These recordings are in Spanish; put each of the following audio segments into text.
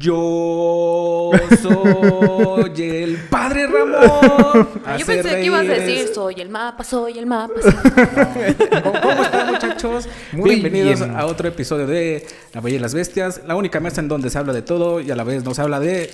Yo soy el padre Ramón. Yo Hace pensé que ibas a reír decir, es- soy el mapa, soy el mapa. soy- ¿Cómo cómo están, muchachos? Muy Bienvenidos bien. a otro episodio de La Bella y las Bestias, la única mesa en donde se habla de todo y a la vez no se habla de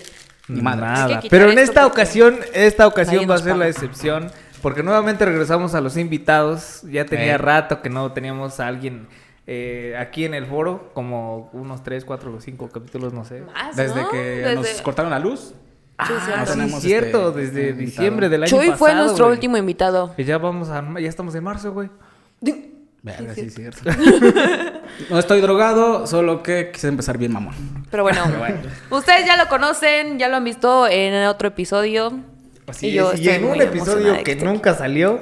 ni madre. Nada. quitar Pero en esto esta porque ocasión, esta ocasión nadie va a nos ser la paga. excepción. Porque nuevamente regresamos a los invitados. Ya tenía Eh. rato que no teníamos a alguien eh, aquí en el foro. Como unos 3, 4 o 5 capítulos, no sé. Más, Desde ¿no? que Desde- nos cortaron la luz. Ah, Sí, sí, claro. tenemos, cierto. este, desde invitado. diciembre del año Chuy pasado. fue nuestro güey. último invitado. Que ya vamos a... Ya estamos en marzo, güey. Verga, sí, cierto. no estoy drogado, solo que quise empezar bien, mamón. Pero bueno, ustedes ya lo conocen, ya lo han visto en otro episodio. Así Y yo es, y estoy en muy un emocionada de episodio que que esté aquí. nunca salió.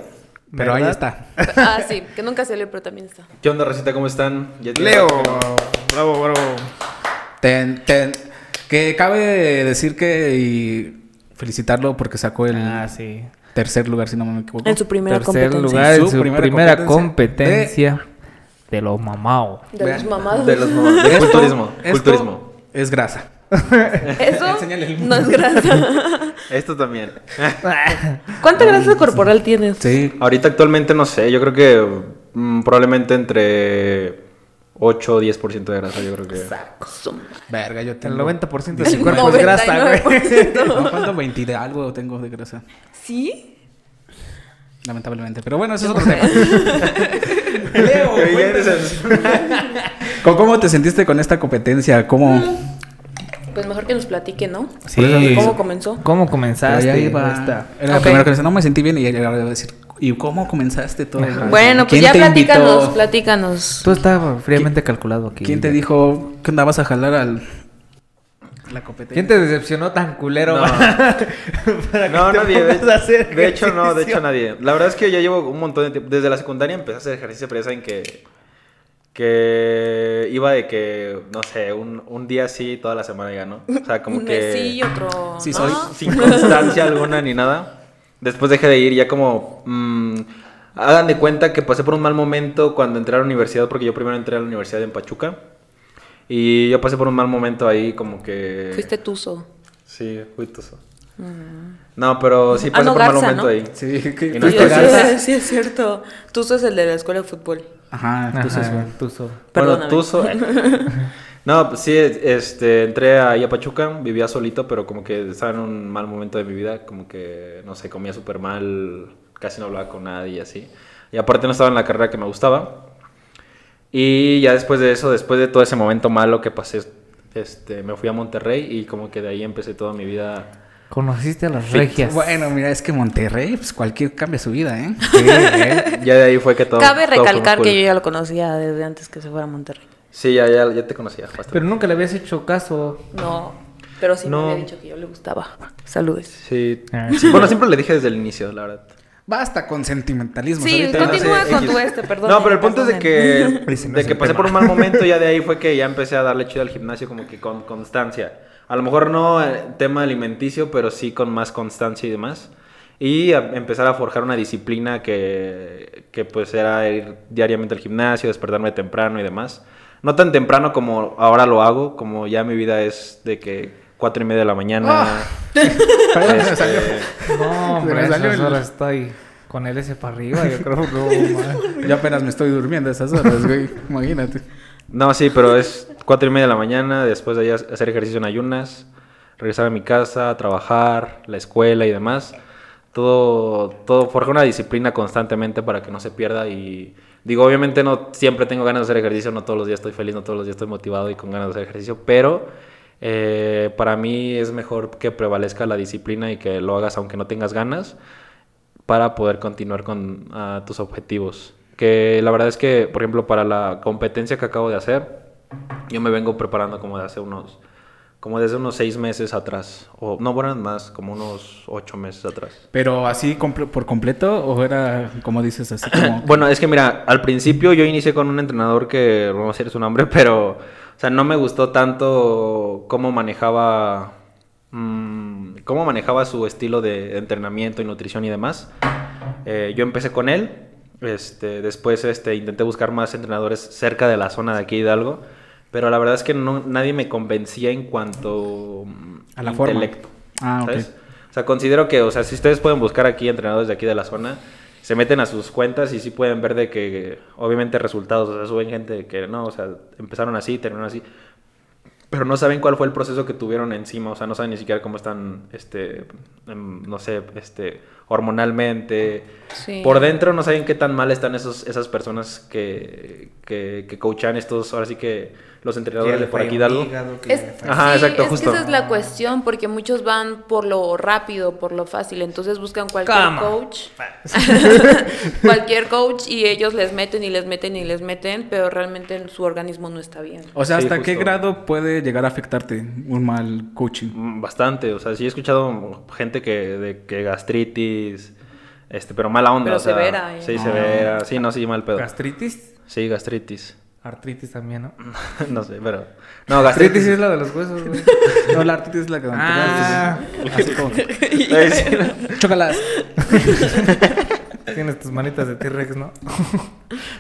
Pero ahí ¿verdad? está. Ah, sí, que nunca salió, pero también está. ¿Qué onda, Racita? ¿Cómo están? Ya tiene Leo. rato que no- Bravo, bravo. Ten- ten- que cabe decir que y felicitarlo porque sacó el Ah, sí. tercer lugar, si no me equivoco. En su primera Tercer competencia. lugar en Su su, primera primera, competencia competencia, de... los mamao. De los mamados. De los mamás. De Esto- culturismo. esto Culturismo. Es grasa. Eso Enséñale el no es grasa. Esto también. ¿Cuánta grasa corporal tienes? Sí. Ahorita actualmente no sé. Yo creo que mm, probablemente entre 8 o 10% de grasa. Yo creo que. Verga, yo tengo. El 90% de El su cuerpo es grasa, güey. 99%. No, ¿Cuánto? 20 de algo tengo de grasa. ¿Sí? Lamentablemente. Pero bueno, eso es otro tema. Leo, Que ya eres cuéntanos. ¿Cómo- ¿Cómo te sentiste con esta competencia? ¿Cómo? Pues mejor que nos platique, ¿no? Sí. ¿Cómo comenzó? ¿Cómo Pero comenzaste? ya iba- Esta- Era la Ok. primera competencia. No me sentí bien y ya iba a decir. ¿Y cómo comenzaste todo? Bueno, pues ¿Quién ya te invitó? platícanos, platícanos. Todo estaba fríamente calculado aquí. ¿Quién te dijo que andabas a jalar al la competencia? ¿Quién te decepcionó tan culero? No. No, nadie. De, de hecho, no, de hecho, nadie. La verdad es que ya llevo un montón de tiempo. Desde la secundaria empecé a hacer ejercicio, pero ya saben que. Que iba de que, no sé, un, un día sí, toda la semana ya, ¿no? O sea, como Un que. mes sí, otro. Sí, ¿no? soy. sin constancia alguna ni nada. Después dejé de ir, ya como. mm, hagan de cuenta que pasé por un mal momento cuando entré a la universidad, porque yo primero entré a la universidad en Pachuca. Y yo pasé por un mal momento ahí, como que. Fuiste tuzo. Sí, fui tuzo. No, pero sí Ah, pasé no, por un mal Garza, momento ¿no? ahí. Sí, que- Y que no fuiste Oye, te sí, Garza. sí, es cierto. Tuzo es el de la escuela de fútbol. Ajá, entonces, güey. Tuzo. Perdóname. Bueno, tuzo. No, pues sí, este, entré ahí a Pachuca, vivía solito, pero como que estaba en un mal momento de mi vida, como que, no sé, comía súper mal, casi no hablaba con nadie y así. Y aparte no estaba en la carrera que me gustaba. Y ya después de eso, después de todo ese momento malo que pasé, este, me fui a Monterrey y como que de ahí empecé toda mi vida. Conociste a las Fit. regias. Bueno, mira, es que Monterrey, pues cualquier cambia su vida, ¿eh? Ya de ahí fue que todo... Cabe todo fue muy recalcar cool. que yo ya lo conocía desde antes que se fuera a Monterrey. Sí, ya, ya, ya te conocía. bastante. Pero nunca le habías hecho caso. No, pero sí No. me había dicho que yo le gustaba. Saludes. Sí. Ah, Bueno, siempre le dije desde el inicio, la verdad. Basta con sentimentalismo. Sí, ahorita. con- Continúa No sé, tu X. este, perdón, No, pero el punto es de que, Ese no de es que el pasé tema. por un mal momento, ya de ahí fue que ya empecé a darle chido al gimnasio como que con constancia. A lo mejor no eh, tema alimenticio, pero sí con más constancia y demás. Y a- empezar a forjar una disciplina que, que pues era ir diariamente al gimnasio, despertarme temprano y demás. No tan temprano como ahora lo hago, como ya mi vida es de que cuatro y media de la mañana. Ah. Perdón, se me este, salió. No, Se hombre, me esas salió el- horas estoy con el S para arriba, yo creo. No, man. Yo apenas me estoy durmiendo a esas horas, güey. Imagínate. No, sí, pero es cuatro y media de la mañana, después de ahí hacer ejercicio en ayunas, regresar a mi casa, trabajar, la escuela y demás. Todo, todo forja una disciplina constantemente para que no se pierda y digo, obviamente no siempre tengo ganas de hacer ejercicio, no todos los días estoy feliz, no todos los días estoy motivado y con ganas de hacer ejercicio, pero eh, para mí es mejor que prevalezca la disciplina y que lo hagas aunque no tengas ganas para poder continuar con ah, tus objetivos. Que la verdad es que, por ejemplo, para la competencia que acabo de hacer, yo me vengo preparando como de hace unos, como desde unos seis meses atrás, o no, bueno, más, como unos ocho meses atrás. Pero así comple- por completo, o era como dices, así como. Bueno, es que mira, al principio yo inicié con un entrenador que no sé su nombre, pero, o sea, no me gustó tanto cómo manejaba, mm, cómo manejaba su estilo de entrenamiento y nutrición y demás. Eh, yo empecé con él, este, después este, intenté buscar más entrenadores cerca de la zona de aquí de Hidalgo Pero la verdad es que no, nadie me convencía en cuanto mm, A la forma. intelecto. Ah, ok. ¿sabes? O sea, considero que, o sea, si ustedes pueden buscar aquí entrenadores de aquí de la zona, se meten a sus cuentas y sí pueden ver de que, obviamente, resultados, o sea, suben gente que no, o sea, empezaron así, terminaron así, pero no saben cuál fue el proceso que tuvieron encima, o sea, no saben ni siquiera cómo están, este, em, no sé, este, hormonalmente, Sí. por dentro no saben qué tan mal están esos, esas personas que, que, que coachan estos, ahora sí que los entrenadores de por aquí de algo. Es, Ajá, sí, exacto, es justo. que esa es la cuestión, porque muchos van por lo rápido, por lo fácil, entonces buscan cualquier Cama. coach, Ah. cualquier coach y ellos les meten y les meten y les meten, pero realmente su organismo no está bien. O sea, Sí, ¿hasta qué justo. grado puede llegar a afectarte un mal coaching? Mm, Bastante, o sea, sí he escuchado gente que, de, que gastritis, este, pero mala onda, Pero o sea, severa, ¿eh? Sí, Ah. severa, sí, no, sí, mal pedo. Gastritis, sí, gastritis. artritis también, ¿no? no sé, pero... No, Gastritis gastritis. es la de los huesos, güey. No, la artritis es la que... Ah. Así como... Chócalas. Tienes tus manitas de T-Rex, ¿no?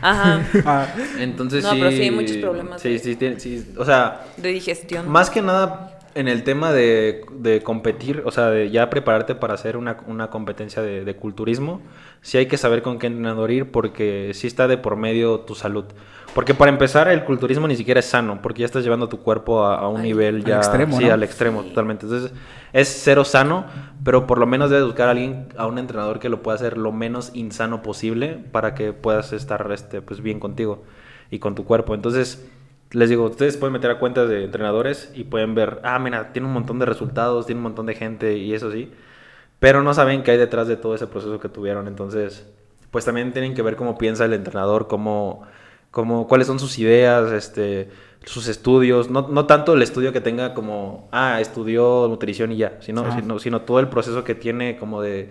Ajá, Ah, Entonces No, sí... pero sí hay muchos problemas Sí, de- sí, tiene- sí, o sea, de digestión. más que nada en el tema de, de competir, o sea, de ya prepararte para hacer una, una competencia de, de culturismo, sí hay que saber con qué entrenador ir porque sí está de por medio tu salud. Porque para empezar, el culturismo ni siquiera es sano, porque ya estás llevando tu cuerpo a, a un Al- nivel al ya... extremo, sí, ¿no? al extremo, totalmente. Entonces, es cero sano, pero por lo menos debes buscar a alguien, a un entrenador que lo pueda hacer lo menos insano posible para que puedas estar este, pues, bien contigo y con tu cuerpo. Entonces, les digo, ustedes pueden meter a cuentas de entrenadores y pueden ver, ah, mira, tiene un montón de resultados, tiene un montón de gente y eso sí, pero no saben qué hay detrás de todo ese proceso que tuvieron. Entonces, pues también tienen que ver cómo piensa el entrenador, cómo, cómo, cuáles son sus ideas, este, sus estudios, no, no tanto el estudio que tenga como, ah, estudió nutrición y ya, sino, Ah. sino, sino todo el proceso que tiene como de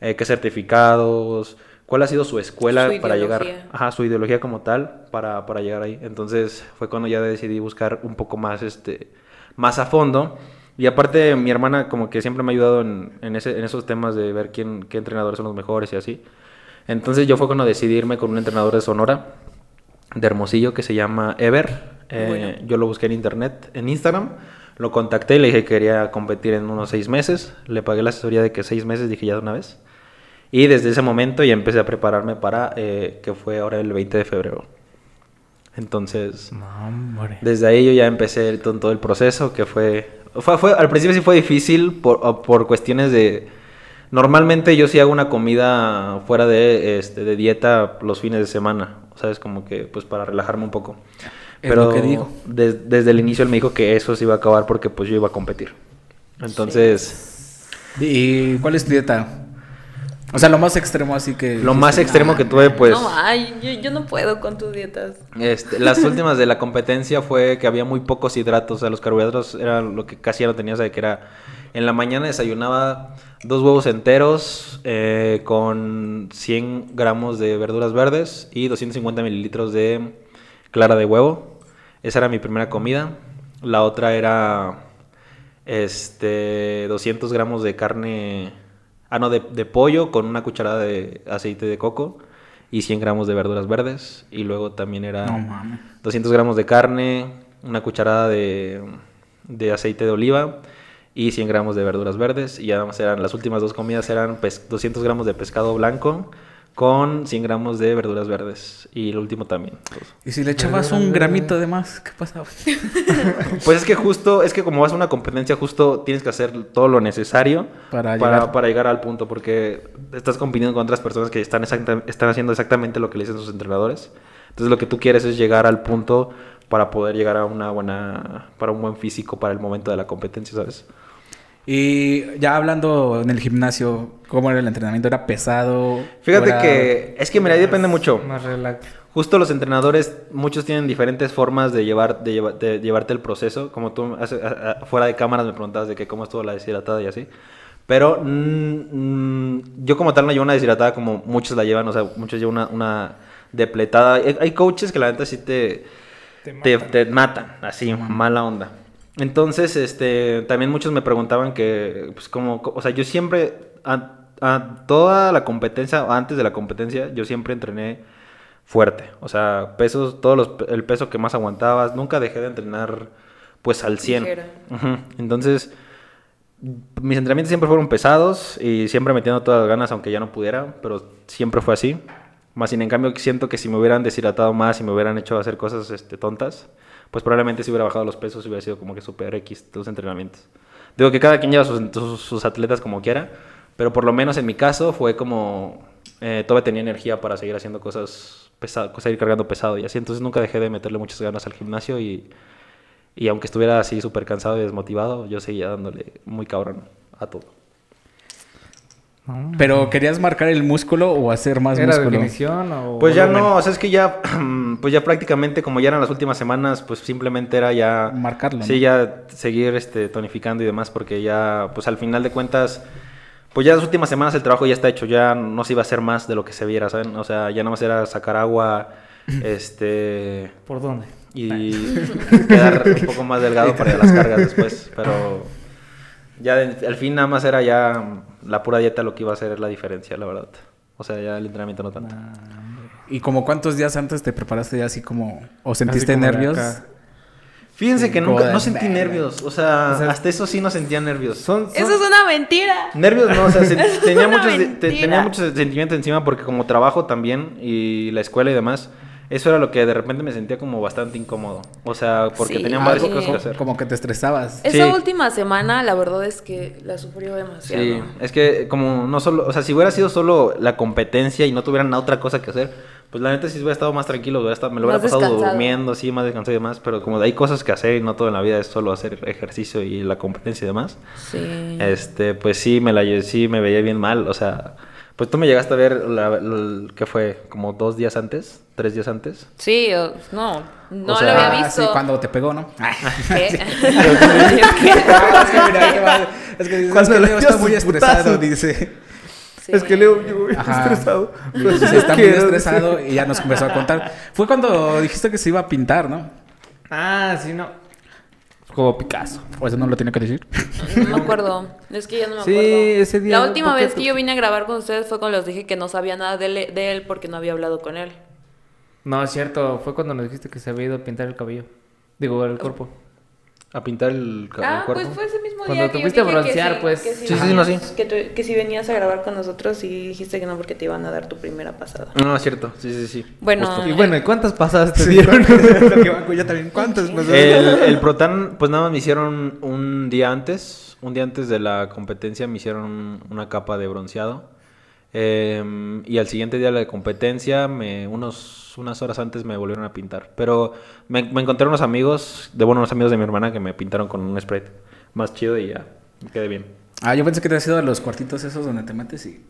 eh, qué certificados, cuál ha sido su escuela Su para llegar, ideología. ajá, su ideología como tal para, para llegar ahí. Entonces fue cuando ya decidí buscar un poco más, este, más a fondo. Y aparte mi hermana como que siempre me ha ayudado en, en, ese- en esos temas de ver quién, qué entrenadores son los mejores y así. Entonces yo fue cuando decidí irme con un entrenador de Sonora, de Hermosillo, que se llama Ever. Eh, Bueno. Yo lo busqué en internet, en Instagram. Lo contacté y le dije que quería competir en unos seis meses. Le pagué la asesoría de que seis meses, dije ya de una vez. Y desde ese momento ya empecé a prepararme para, eh, que fue ahora el 20 de febrero. Entonces, No, hombre. desde ahí yo ya empecé el- con todo el proceso, que fue, fue, fue- al principio sí fue difícil por, o por cuestiones de... Normalmente yo sí hago una comida fuera de, este, de dieta los fines de semana, ¿sabes? Como que pues para relajarme un poco. Es Pero lo que digo. des- desde el inicio él me dijo que eso se iba a acabar porque pues yo iba a competir. Entonces... ¿Y cuál es tu dieta? O sea, lo más extremo así que... Lo más extremo que tuve, pues. No, ay, yo, yo no puedo con tus dietas. este, las últimas de la competencia fue que había muy pocos hidratos. O sea, los carbohidratos era lo que casi ya no tenía. O sea, que era. En la mañana desayunaba dos huevos enteros eh, con 100 gramos de verduras verdes y 250 mililitros de clara de huevo. Esa era mi primera comida. La otra era. Este. 200 gramos de carne. Ah, no, de, de pollo con una cucharada de aceite de coco y 100 gramos de verduras verdes. Y luego también era No mames. 200 gramos de carne, una cucharada de, de aceite de oliva y 100 gramos de verduras verdes. Y además eran las últimas dos comidas eran pes- 200 gramos de pescado blanco con 100 gramos de verduras verdes. Y el último también. pues. ¿Y si le echabas un gramito de más? ¿Qué pasaba? Pues es que justo, es que como vas a una competencia, justo tienes que hacer todo lo necesario Para llegar. para, para llegar al punto, porque estás compitiendo con otras personas que están, exacta- están haciendo exactamente lo que le dicen sus entrenadores. Entonces lo que tú quieres es llegar al punto para poder llegar a una buena, para un buen físico para el momento de la competencia, ¿sabes? Y ya hablando en el gimnasio, ¿cómo era el entrenamiento? ¿Era pesado? Fíjate ¿Era- que, es que mira, ahí depende mucho. Más relax. Justo los entrenadores, muchos tienen diferentes formas de, llevar, de, lleva- de llevarte el proceso. Como tú hace- a- a- fuera de cámaras me preguntabas de que cómo estuvo la deshidratada y así. Pero mm, mm, yo como tal no llevo una deshidratada como muchos la llevan. O sea, muchos llevan una, una depletada. Hay- Hay coaches que la neta sí te, Te te, te matan, así, mala onda. Entonces, este, también muchos me preguntaban que, pues, como, o sea, yo siempre, a, a toda la competencia, o antes de la competencia, yo siempre entrené fuerte. O sea, pesos, todos los, pe- el peso que más aguantabas. Nunca dejé de entrenar pues al 100. Ligera. Ujú. Entonces, mis entrenamientos siempre fueron pesados y siempre metiendo todas las ganas, aunque ya no pudiera, pero siempre fue así. Más sin en cambio, siento que si me hubieran deshidratado más y me hubieran hecho hacer cosas este, tontas, pues probablemente si hubiera bajado los pesos y hubiera sido como que super X los entrenamientos. Digo que cada quien lleva sus, sus- sus atletas como quiera, pero por lo menos en mi caso fue como eh, todavía tenía energía para seguir haciendo cosas pesadas, seguir cargando pesado y así. Entonces nunca dejé de meterle muchas ganas al gimnasio y, y aunque estuviera así súper cansado y desmotivado, yo seguía dándole muy cabrón a todo. No, Pero querías marcar el músculo o hacer más ¿Era músculo. definición o...? Pues ya volumen? no, o sea, es que ya, pues ya prácticamente como ya eran las últimas semanas, pues simplemente era ya... Marcarlo, Sí, ¿no? ya seguir este, tonificando y demás, porque ya, pues al final de cuentas, pues ya las últimas semanas el trabajo ya está hecho, ya no se iba a hacer más de lo que se viera, ¿saben? O sea, ya nada más era sacar agua, este... ¿Por dónde? y quedar un poco más delgado para las cargas después, pero ya de- al fin nada más era ya mm, la pura dieta lo que iba a hacer la diferencia, la verdad. O sea, ya el entrenamiento no tanto. ¿Y como cuántos días antes te preparaste ya así como... o sentiste como de nervios? acá. Fíjense que Cinco nunca, de no sentí verga. nervios, o sea, O sea, hasta eso sí no sentía nervios. Son, son- Eso es una mentira. Nervios no, o sea, se- Es tenía, una muchos, de- te- mentira. tenía muchos sentimientos encima porque como trabajo también y la escuela y demás, eso era lo que de repente me sentía como bastante incómodo. O sea, porque Sí, tenía algo varias que- cosas que Co- hacer. Como que te estresabas. Esa Sí. última semana, la verdad es que la sufrió demasiado. Sí, es que como no solo, o sea, si hubiera sido solo la competencia y no tuvieran otra cosa que hacer, pues la neta sí hubiera estado más tranquilo, hubiera estado- me lo hubiera Más pasado descansado. durmiendo, sí, más descansado y demás, pero como hay cosas que hacer y no todo en la vida es solo hacer ejercicio y la competencia y demás, Sí. este, pues sí, me la lle- sí me veía bien mal, o sea, pues tú me llegaste a ver la, la- que fue como dos días antes, tres días antes. Sí, o- no, no O sea, lo había Ah, visto. sí, cuando te pegó, ¿no? Ah, ¿Qué? es que mira, ahí te va. Es que dices, Cuando "Es que le Leo dio está su muy estresado, putazo. dice. Sí. Es que Leo llegó bien Ajá. estresado. Pues Dice, está muy Quiero- estresado y ya nos comenzó a contar. Fue cuando dijiste que se iba a pintar, ¿no? Ah, sí, no. Como Picasso. O eso no lo tenía que decir. No me acuerdo. Es que ya no me Sí, acuerdo. ese día La no última toqué vez tu- que yo vine a grabar con ustedes fue cuando les dije que no sabía nada de él, de él porque no había hablado con él. No, es cierto. Fue cuando nos dijiste que se había ido a pintar el cabello. Digo, el cuerpo. A pintar el, ca- el Ah, cuerpo. pues fue ese mismo Cuando día te que yo fuiste a dije que broncear, sí, pues. Que sí, Sí, sí, venías- no, sí. Que, tú- que si venías a grabar con nosotros y dijiste que no porque te iban a dar tu primera pasada. No, es cierto, sí, sí, sí. Bueno, eh, justo. Y bueno, ¿y cuántas pasadas te dieron? yo también. ¿Cuántos? El, el Protan, pues nada más me hicieron un día antes, un día antes de la competencia me hicieron un- una capa de bronceado. Em, y al siguiente día de la competencia, me, unos, unas horas antes me volvieron a pintar. Pero me, me encontré unos amigos, de bueno, unos amigos de mi hermana que me pintaron con un spray más chido y ya, quedé bien. Ah, yo pensé que te había sido de los cuartitos esos donde te metes y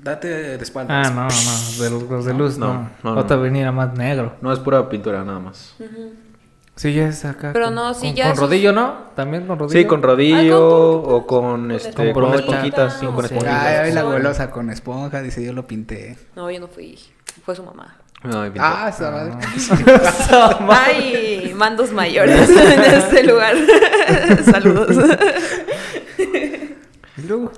date de espaldas. Ah, no, no. De los- los de luz, No, no. no, no. Otra venía más negro. No, es pura pintura nada más. Sí, ya es acá. Pero con- no, sí, con- ya Con esos- rodillo, ¿no? También con rodillo. Sí, con rodillo o con, este, con, esponjita. esponjitas. o con Ah, sí. esponjitas. Ay, ay, la Son- golosa con esponja, dice yo lo pinté. No, yo no fui. Fue su mamá. Ay, pintura. Ah, esa madre. Ah, Ay, mandos mayores en este lugar. Saludos. Y luego,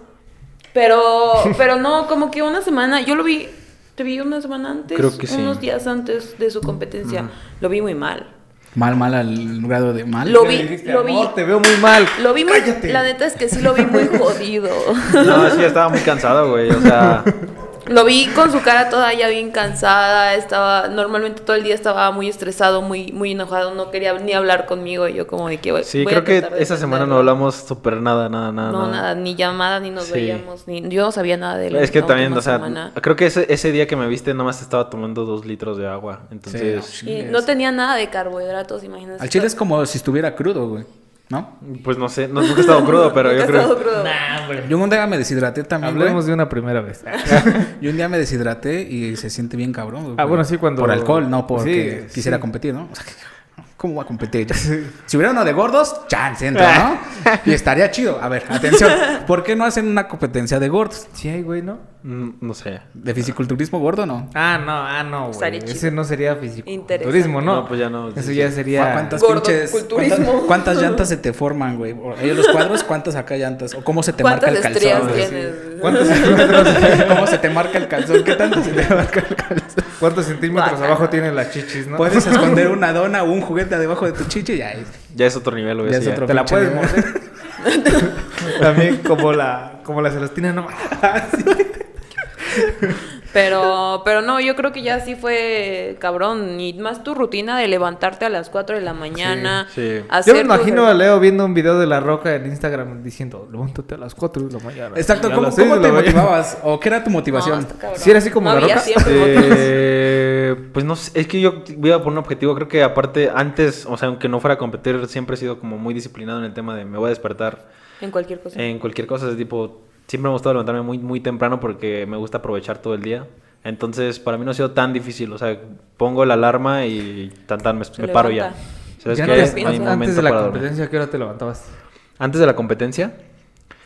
Pero, pero no, como que una semana, yo lo vi, te vi una semana antes, Creo que sí. unos días antes de su competencia. Lo vi muy mal. Mal, mal al grado de mal. Lo le vi, dijiste, lo vi. "Amor, Te veo muy mal. Lo vi muy, Cállate. la neta es que sí lo vi muy jodido. No, sí, estaba muy cansado, güey. O sea, Lo vi con su cara toda ya bien cansada, estaba, normalmente todo el día estaba muy estresado, muy, muy enojado, no quería ni hablar conmigo, y yo como de que voy- Sí, voy a creo que tratar de esa semana no entenderlo. hablamos súper nada, nada, nada. No, nada, ni llamada, ni nos Sí. veíamos, ni, yo no sabía nada de él. Es que la también, última o sea, semana. creo que ese, ese día que me viste nomás estaba tomando dos litros de agua. Entonces, Sí. Y no tenía nada de carbohidratos, imagínate. Al chile es como si estuviera crudo, güey. ¿No? pues no sé, no, nunca he estado crudo, pero yo Nunca he estado creo... crudo. Nah, hombre. Yo un día me deshidraté también, güey. Hablemos de una primera vez. Yo un día me deshidraté y se siente bien cabrón. güey. Ah, bueno, sí, cuando- Por alcohol, no porque Sí, quisiera sí. competir, ¿no? O sea, ¿cómo va a competir? Ya. Si hubiera uno de gordos, chance, entro, ¿no? Y estaría chido. A ver, atención. ¿Por qué no hacen una competencia de gordos? Sí, hay, güey, ¿no? Mm, No sé. ¿De fisiculturismo gordo no? Ah, no, ah, no, güey. Estaría Ese chido. no sería físico. Interesante. Turismo, ¿no? No, pues ya no, sí, Eso sí. ya sería. ¿Cuántas Gordo, pinches- culturismo. ¿cuántas, eh, cuántas llantas se te forman, güey? O- Ellos los cuadros, ¿cuántas acá llantas? ¿O cómo se te marca ¿Cuántas el estrellas calzón? güey? tienes? ¿Cuántos centímetros, ¿Cómo se te marca el calzón? ¿Qué tanto se te marca el calzón? cuántos centímetros Guácala. abajo tienen las chichis, no? Puedes esconder una dona o un juguete debajo de tu chiche y ya es. Ya es otro nivel, güey. Ya sí, es otro Te la pinche puedes nivel. morder. También como la como la celestina no. Pero, pero no, yo creo que ya sí fue cabrón. Y más tu rutina de levantarte a las 4 de la mañana. Sí, sí. hacer Yo me tu imagino a ejer- Leo viendo un video de La Roca en Instagram diciendo, levántate a las 4 de la mañana. Exacto, Y a ¿cómo, las seis cómo de te la mañana. motivabas? ¿O qué era tu No, está motivación? cabrón. Sí, era así como No, La había Roca. siempre motivos. Eh, pues no sé, es que yo voy a poner un objetivo, creo que aparte antes, o sea, aunque no fuera a competir, siempre he sido como muy disciplinado en el tema de me voy a despertar En cualquier cosa. en cualquier cosa, es tipo, siempre me ha gustado levantarme muy, muy temprano porque me gusta aprovechar todo el día. Entonces, para mí no ha sido tan difícil, o sea, pongo la alarma y tan tan me, me paro ya. levanta. ¿Sabes Ya qué? antes, No hay piensas. antes momento de la para dormir. competencia, ¿a qué hora te levantabas? Antes de la competencia,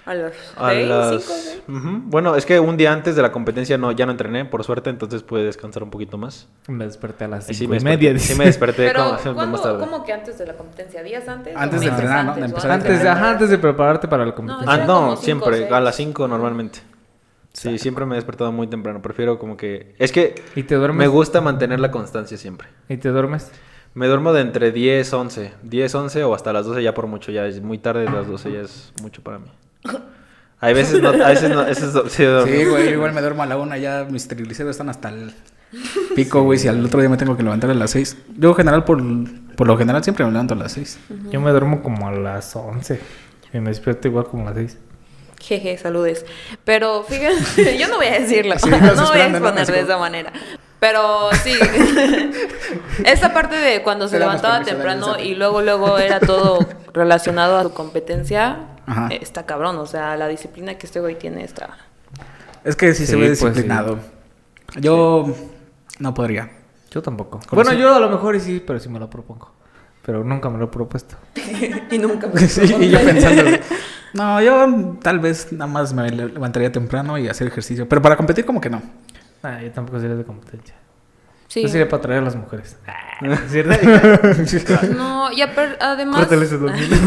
A las a 6, las- 5, seis. Ujú. Bueno, es que un día antes de la competencia no, ya no entrené, por suerte, entonces pude descansar un poquito más. Me desperté a las Y 5 sí y me desperté, media. sí dice. me desperté Pero, como- ¿cuándo- más tarde. Ah, ¿cómo que antes de la competencia? ¿Días antes? o Antes de meses entrenar, ¿no? De o empezar a Antes, de, ajá, antes de prepararte para la competencia. Ah, Era como no, cinco o siempre, seis. a las 5 normalmente. Sí, siempre me he despertado muy temprano. Prefiero como que. Es que ¿Y te duermes? me gusta mantener la constancia siempre. ¿Y te duermes? Me duermo de entre 10, 11. 10, 11 o hasta las 12 ya por mucho. Ya es muy tarde, las 12 ya es mucho para mí. Hay veces no. A veces no. a veces no- sí, dormí. Sí, güey, yo igual me duermo a la una, ya mis triglicéridos están hasta el pico, güey, si al otro día me tengo que levantar a las seis. Yo, general, por, por lo general, siempre me levanto a las seis. Yo me duermo como a las 11. Y me despierto igual como a las 6. Jeje, saludes. Pero fíjense, yo no voy a decirlo, Sí, no estás voy a esperando, ¿no? exponer Así de como- esa manera. Pero sí, esta parte de cuando se Te damos levantaba permiso, temprano Dani, y siéntate. luego luego era todo relacionado a su competencia, Ajá. eh, está cabrón, o sea, la disciplina que este güey tiene está... Es que sí, Sí, se ve pues, sí. disciplinado. Yo no podría. Yo tampoco. ¿Con Bueno, eso? yo a lo mejor y sí, pero sí me lo propongo. Pero nunca me lo he propuesto. Y nunca me Sí, y yo pensando. No, yo tal vez nada más me le- levantaría temprano y hacer ejercicio. Pero para competir, como que no. Ah, yo tampoco sería de competencia. Sí. Yo sería para atraer a las mujeres. Ah, ¿Es cierto? No, y aper- además... Córtale ese 2000.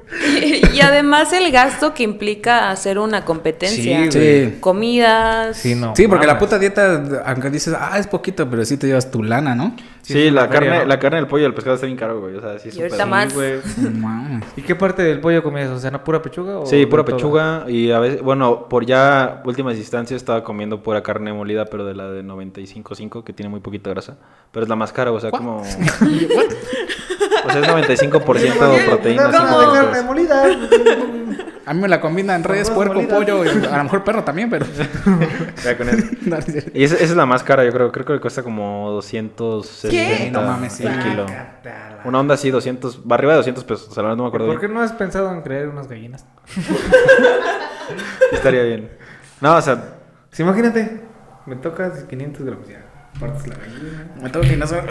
y, y además el gasto que implica hacer una competencia. Sí, güey. Comidas. Sí, no. sí, porque la mames. puta dieta, aunque dices, ah, es poquito, pero sí te llevas tu lana, ¿no? Sí, Sí, es la, una feria, carne, ¿no? la carne del pollo y el pescado está bien caro, güey. O sea, sí, Y súper. ahorita más. Sí, güey. No mames. ¿Y qué parte del pollo comías? ¿O sea, ¿no pura pechuga? O Sí, de pura todo? pechuga y a veces, bueno, por ya últimas instancias estaba comiendo pura carne molida, pero de la de 95.5 que tiene muy poquita grasa, pero es la más cara, o sea, como o sea, es 95% proteínas. ¿Cómo? y cosas. molida. A mí me la combinan res, Con puerco, molidas. pollo y a lo mejor perro también, pero. Ya con eso. No, no sé. Y esa, esa es la más cara, yo creo, creo que cuesta como 260 ¿Qué? No mames, sí. el kilo. Una onda así, 200, va arriba de 200 pesos, o sea, la verdad no me acuerdo ¿Por qué bien. no has pensado en crear unas gallinas? Estaría bien. No, o sea, Sí, Pues imagínate, me tocas 500 gramos ya. Partes la gallina. Me tengo que ir a hacer-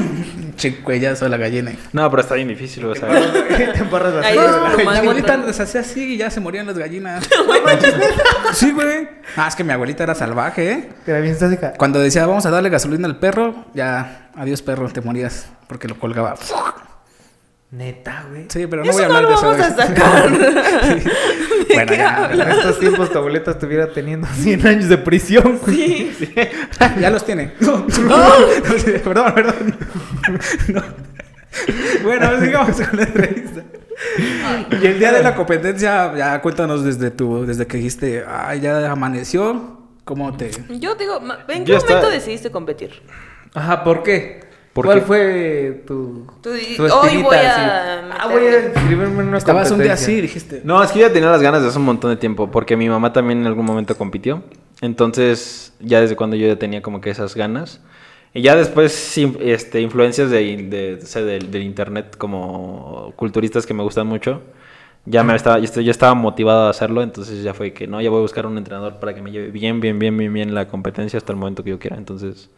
Chico, ya soy la gallina. no, pero está bien difícil, o sea. Te embarras la Ahí cebolla. desplumado mi abuelita botón. les hacía así y ya se morían las gallinas. sí, güey. Ah, es que mi abuelita era salvaje, ¿eh? Era bien sádica. Cuando decía, vamos a darle gasolina al perro, ya, adiós perro, te morías. Porque lo colgaba. Neta, güey. Sí, pero no Eso voy a no hablar lo de eso. vamos a sacar. Bueno, ya, En estos tiempos tu abuelita estuviera teniendo 100 años de prisión, güey. ya los tiene. perdón, perdón. No. Bueno, sigamos con la entrevista. Y el día de la competencia, ya cuéntanos desde tu, desde que dijiste, ay, ya amaneció, ¿cómo te...? Yo digo, ma- ¿en qué Ya está. momento decidiste competir? Ajá, ¿por qué? ¿Por ¿Cuál qué? fue tu, Tú di- tu hoy voy a así? Ah, voy a meterle. inscribirme en una Estabas un día así y competencia? dijiste, No, es que yo ya tenía las ganas de hace un montón de tiempo, porque mi mamá también en algún momento compitió. Entonces, ya desde cuando yo ya tenía como que esas ganas. Y ya después, sí, este, influencias de, de- o sea, del, del internet como culturistas que me gustan mucho. Ya me estaba, yo est- yo estaba motivado a hacerlo, entonces ya fue que no, ya voy a buscar un entrenador para que me lleve bien, bien, bien, bien, bien la competencia hasta el momento que yo quiera. Entonces,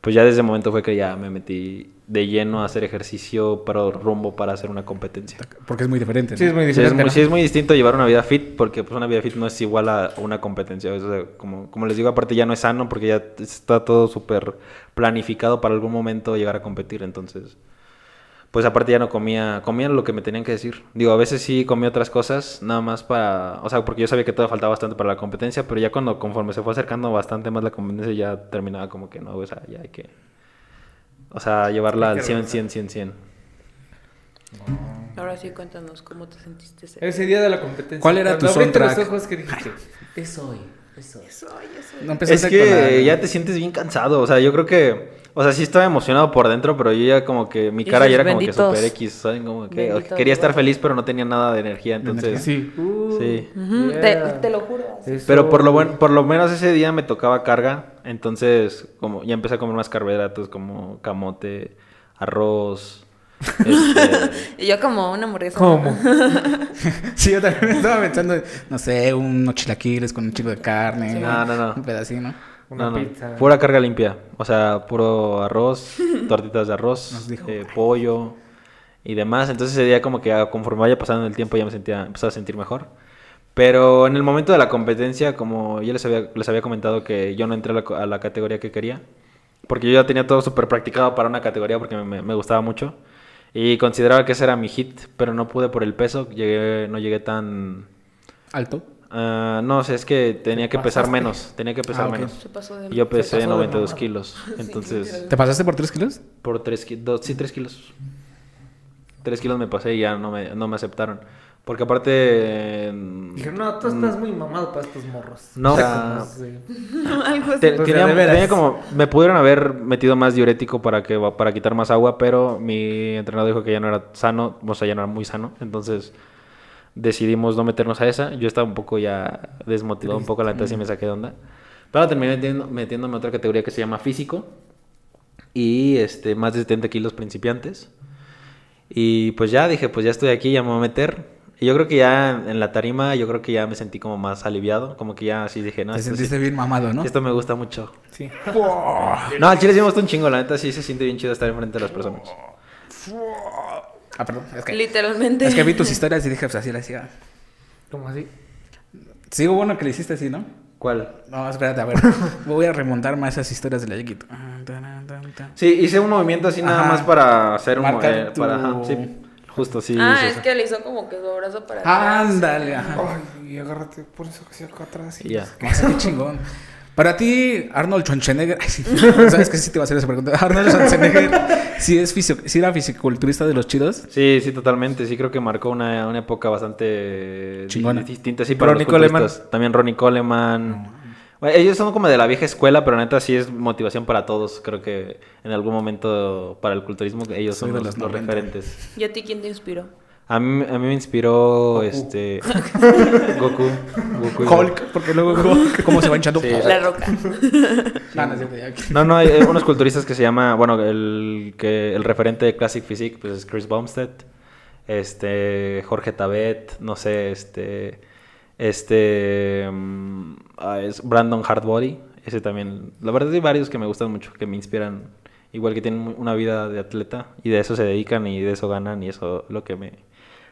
pues ya desde el momento fue que ya me metí de lleno a hacer ejercicio, pero rumbo para hacer una competencia. porque es muy diferente. ¿no? Sí, es muy Sí es, diferente. muy, ¿no? sí es muy distinto llevar una vida fit porque pues una vida fit no es igual a una competencia. O sea, como, como les digo, aparte ya no es sano porque ya está todo súper planificado para algún momento llegar a competir. Entonces, pues aparte ya no comía, comía lo que me tenían que decir. Digo, a veces sí comía otras cosas, nada más para, o sea, porque yo sabía que todavía faltaba bastante para la competencia, pero ya cuando conforme se fue acercando bastante más la competencia ya terminaba como que no, o sea, ya hay que, o sea, llevarla Hay al que 100, regresar. 100, 100, 100. Ahora sí, cuéntanos cómo te sentiste. ese- Ese día de la competencia. ¿Cuál era Cuando tu abriste los soundtrack? ojos que dijiste, es hoy, es hoy. No Es empezaste que con la- ya te sientes bien cansado, o sea, yo creo que, o sea, sí estaba emocionado por dentro, pero yo ya como que mi Y cara ya dices, era como que "Benditos, super X, ¿saben? Como que bendito quería estar Dios". feliz, pero no tenía nada de energía, entonces... Sí. Sí. Ujú, te- te, lo juro. así. Pero por lo bueno, por lo menos ese día me tocaba carga, entonces como ya empecé a comer más carbohidratos como camote, arroz, este, Y yo como una hamburguesa. ¿Cómo? Sí, yo también estaba pensando, no sé, unos chilaquiles con un chico de carne. No, no, no. Un pedacito, ¿no? no, Una no, pizza. pura carga limpia, o sea, puro arroz, tortitas de Nos arroz, dijo. eh, pollo y demás, entonces ese día como que ah, conforme vaya pasando el tiempo ya me sentía, empezaba a sentir mejor. Pero en el momento de la competencia, como ya les había, les había comentado que yo no entré a la, co- a la categoría que quería, porque yo ya tenía todo súper practicado para una categoría porque me, me gustaba mucho y consideraba que ese era mi hit, pero no pude por el peso, llegué, no llegué tan... Alto. ah, no sé, es que tenía que pesar pasaste. menos, tenía que pesar Ah, ok. menos. Se pasó de... Y Yo pasó pesé de 92 mamada. kilos, entonces ¿Te pasaste por tres kilos? por 3 kilos, sí, 3 kilos. 3 kilos me pasé y ya no me, no me aceptaron. Porque aparte... mm, Dijeron, no, tú estás muy mamado para estos morros. No, O sea, ah. no sé. Algo así. Te- Pues, tenía- de veras. tenía como, me pudieron haber metido más diurético para que para quitar más agua, pero mi entrenador dijo que ya no era sano, o sea, ya no era muy sano, entonces decidimos no meternos a esa. Yo estaba un poco ya desmotivado, un poco la y me saqué de onda. Pero terminé metiendo- metiéndome a otra categoría que se llama físico y este más de 70 kilos principiantes. Y pues ya dije, pues ya estoy aquí, ya me voy a meter. Y yo creo que ya en la tarima, yo creo que ya me sentí como más aliviado, como que ya así dije, no, Te esto pues sí- sentiste bien mamado, ¿no? Ah, esto me gusta mucho. Sí. No, al chile sí me gusta un chingo, la neta sí se siente bien chido estar enfrente de las personas. Ah, perdón. Es que, Literalmente. es que vi tus historias y dije, pues así la hacía. ¿Cómo así? Sí, hubo uno que le hiciste así, ¿no? ¿Cuál? No, espérate, a ver. voy a remontar más esas historias del Yaquito. Ah, tan, tan, tan. Sí, hice un movimiento así nada Ajá. más para hacer un Marcar eh, para ajá, tu- sí, justo sí. ah, hice es eso. que le hizo como que su abrazo para Ah. atrás. Ándale, ajá. Ay, y agárrate por eso que se acá atrás. Y ya. No sé, qué chingón. Para ti, Arnold Schwarzenegger, ay, sí, sabes que sí te iba a hacer esa pregunta. Arnold Schwarzenegger, si es fisio- sí era fisiculturista de los chidos. Sí, sí, totalmente. Sí, creo que marcó una, una época bastante di- Chingona. distinta. Sí, para Ronnie los culturistas. También Ronnie Coleman. Bueno, ellos son como de la vieja escuela, pero neta sí es motivación para todos. Creo que en algún momento para el culturismo ellos Soy son de los, los los 90. referentes. ¿Y a ti quién te inspiró? A mí, a mí me inspiró este Goku. Goku y- Hulk, porque luego cómo se va hinchando. Pues Ah, Sí. La roca. No, no es cierto, ya, ok. No, no, hay hay unos culturistas que se llama, bueno, el que el referente de Classic Physique pues es Chris Bumstead, este Jorge Tabet, no sé, este este mm, ah, es Brandon Hardbody, ese también. La verdad hay varios que me gustan mucho, que me inspiran, igual que tienen mu- una vida de atleta y de eso se dedican y de eso ganan y eso lo que me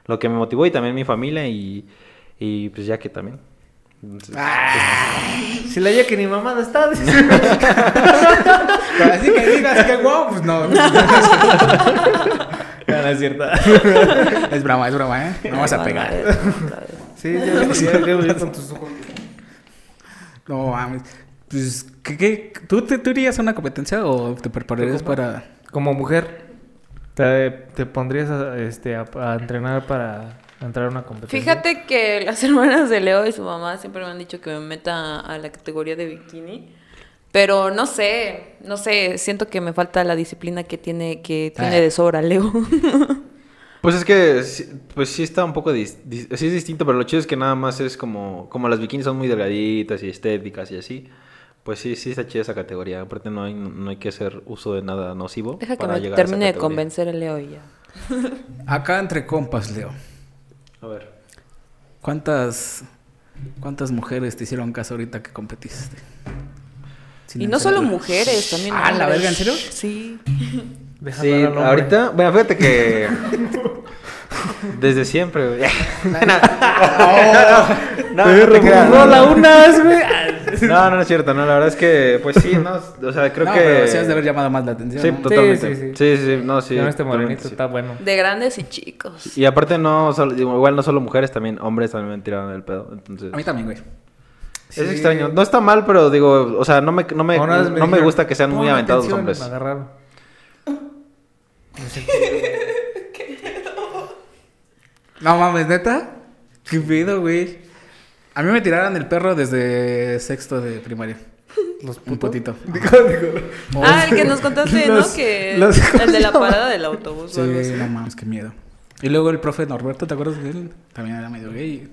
lo que me motivó y también mi familia y y pues ya que también. Entonces, Ah, Si la ya que ni mamada está. Pero así que digas que wow, pues no. No, es cierta. Es broma, es broma, ¿eh? No vas a pegar. Sí, ya, ya, ya, ya con tus ojos. No mames. Pues, ¿qué, qué? ¿Tú, te, ¿Tú irías a una competencia o te prepararías para.? Como mujer, te, te pondrías a, este, a, a entrenar para entrar a una competencia. Fíjate que las hermanas de Leo y su mamá siempre me han dicho que me meta a la categoría de bikini. Pero no sé, no sé, siento que me falta la disciplina que tiene, que tiene Ah. de sobra Leo. Pues es que, sí- pues sí está un poco, dis- dis- sí es distinto, pero lo chido es que nada más es como, como las bikinis son muy delgaditas y estéticas y así, pues sí, sí está chida esa categoría, aparte no hay, no hay que hacer uso de nada nocivo Deja que para me llegar a esa termine de categoría. convencer a Leo y ya. Acá entre compas, Leo. A ver, ¿Cuántas, cuántas mujeres te hicieron caso ahorita que competiste? Sin Y no enseñar. solo mujeres, también Ah, la hombres. verga, ¿en serio? Sí. Deja sí, hablar al hombre. ahorita, bueno, fíjate que desde siempre, güey. no, no, no, no, no, no te creas. la unas, güey. Ah, No, no, no es cierto, no, la verdad es que, pues sí, no, o sea, creo no, que... pero sí pues, has de haber llamado más la atención. Sí, ¿no? sí, totalmente. Sí, sí. sí, sí, no, sí. Con este totalmente, morenito sí. está bueno. De grandes y chicos. Y aparte no, solo- igual no solo mujeres, también hombres también me tiraron el pedo, entonces... A mí también, güey. Es extraño. No está mal, pero digo, o sea, no me, no me, Una vez no me dijeron, gusta que sean muy "Pon aventados los atención", hombres. Me agarraron. Me sentí- No mames, neta. Qué pedo, güey. A mí me tiraron el perro desde sexto de primaria. Los Un putos. potito. Ah, el que nos contaste, Los- ¿no? Que los- el de la parada del autobús. Sí, o algo así. no mames, qué miedo. Y luego el profe Norberto, ¿te acuerdas de él? También era medio gay.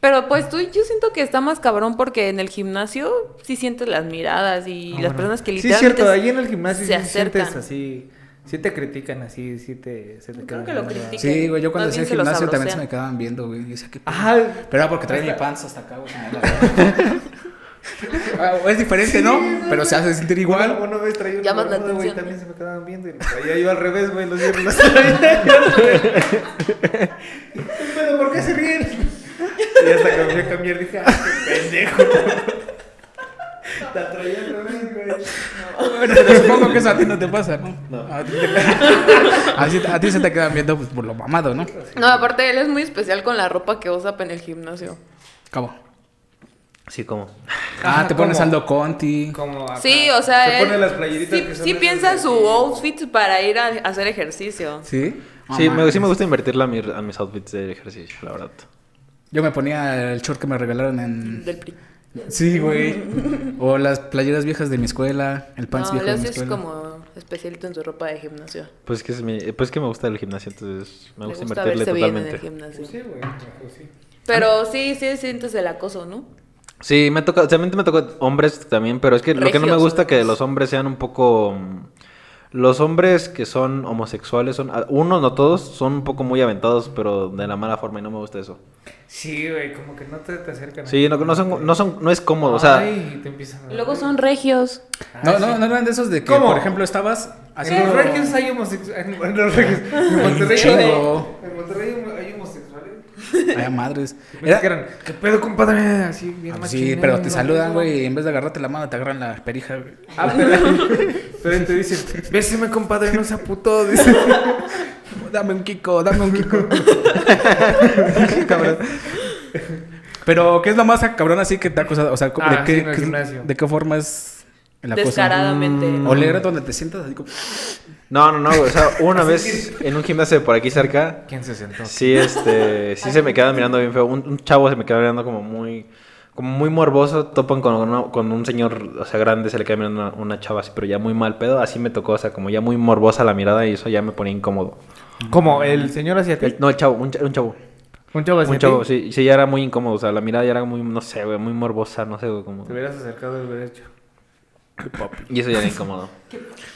Pero pues tú, yo siento que está más cabrón porque en el gimnasio sí sientes las miradas y Ah, las bueno. personas que Sí, es literalmente cierto, ahí en el se gimnasio sí sientes acercan. así. Sí te critican así, sí te. Se Creo te quedan que lo viendo. critican. Sí, güey, yo cuando Más hacía bien se los gimnasio también se sabrosean. me quedaban viendo, güey. Y decía, ¿qué pedo? Ajá, Pero era porque traía mi panza hasta acá, güey. se me da la- Ah, Es diferente, ¿no? Pero se hace sentir igual. Una, una vez traía un Llamas la gordo, güey, atención. también se me quedaban viendo y lo traía yo al revés, güey, los vieron los traía. Pero ¿por qué se ríen? Y hasta que me fui a cambiar dije, "Ah, qué pendejo." La traía al revés, güey. Bueno, pero supongo que eso a ti no te pasa, ¿no? A ti, te- a ti- a ti se te quedan viendo pues, por lo mamado, ¿no? No, aparte él es muy especial con la ropa que usa en el gimnasio. Cabo. Sí, como. Ah, Ah, te pones ¿cómo? Aldo Conti. Como acá. Sí, o sea, se él pone las playeritas sí, que son sí esas piensa de- su outfit para ir a hacer ejercicio. ¿Sí? No Sí, me, mames. sí me gusta invertirla a, mi- a mis outfits de ejercicio, la verdad. Yo me ponía el short que me regalaron en... Del pri- Sí, güey. O las playeras viejas de mi escuela, el pants No, viejo Leo de mi sí es escuela. como especialito en su ropa de gimnasio. Pues que, es mi- pues que me gusta el gimnasio, entonces me Le gusta, gusta invertirle verse bien en totalmente. el gimnasio. Sí, güey, pues sí. Pero sí, sí sientes el acoso, ¿no? Sí, me toca, también me tocó hombres también, pero es que lo que no me Regios, gusta que además. los hombres sean un poco mm, los hombres que son homosexuales son a- unos no todos son un poco muy aventados, pero de la mala forma y no me gusta eso. Sí, güey, como que no te, te acercan. Sí, no, no son no son no es cómodo, o sea, Ay, te empiezan a- Luego son regios. No, no, no eran de esos de que, ¿Cómo? por ejemplo, estabas En haciendo... los regios hay homosexuales. En los regios. En Monterrey, chingo. hay- en Monterrey hay homo- hay homosexuales. Ay, madres. Era... Era- Que eran, ¿Qué pedo, compadre? Así, bien Ah, pues machín, ¿eh? sí, pero ¿no? te saludan, güey, y en vez de agarrarte la mano, te agarran la perija, güey. Ah, pero, pero te dicen, béseme, compadre, no sea puto. Dice, Dame un Kiko, dame un Kiko. cabrón. Pero, ¿qué es lo más cabrón así que te ha acosado? O sea, ¿cómo- Ah, ¿de, qué, sí, en el qué- gimnasio. ¿de qué forma es el acoso? Descaradamente. Mm, O leer donde te sientas así como... no, no, no, o sea, una vez en un gimnasio por aquí cerca ¿Quién se sentó? Sí, este, sí se me queda mirando bien feo. Un, un chavo se me queda mirando como muy, como muy morboso. Topan con, una- con un señor, o sea, grande, se le queda mirando una, una chava así, pero ya muy mal pedo. Así me tocó, o sea, como ya muy morbosa la mirada y eso ya me ponía incómodo. Como el señor hacia ti. El- no, el chavo, un, cha- un chavo. Un chavo hacia Un chavo, ti. sí, sí, ya era muy incómodo, o sea, la mirada ya era muy, no sé, güey, muy morbosa, no sé, güey, como... Te hubieras acercado al derecho. Y eso ya era incómodo.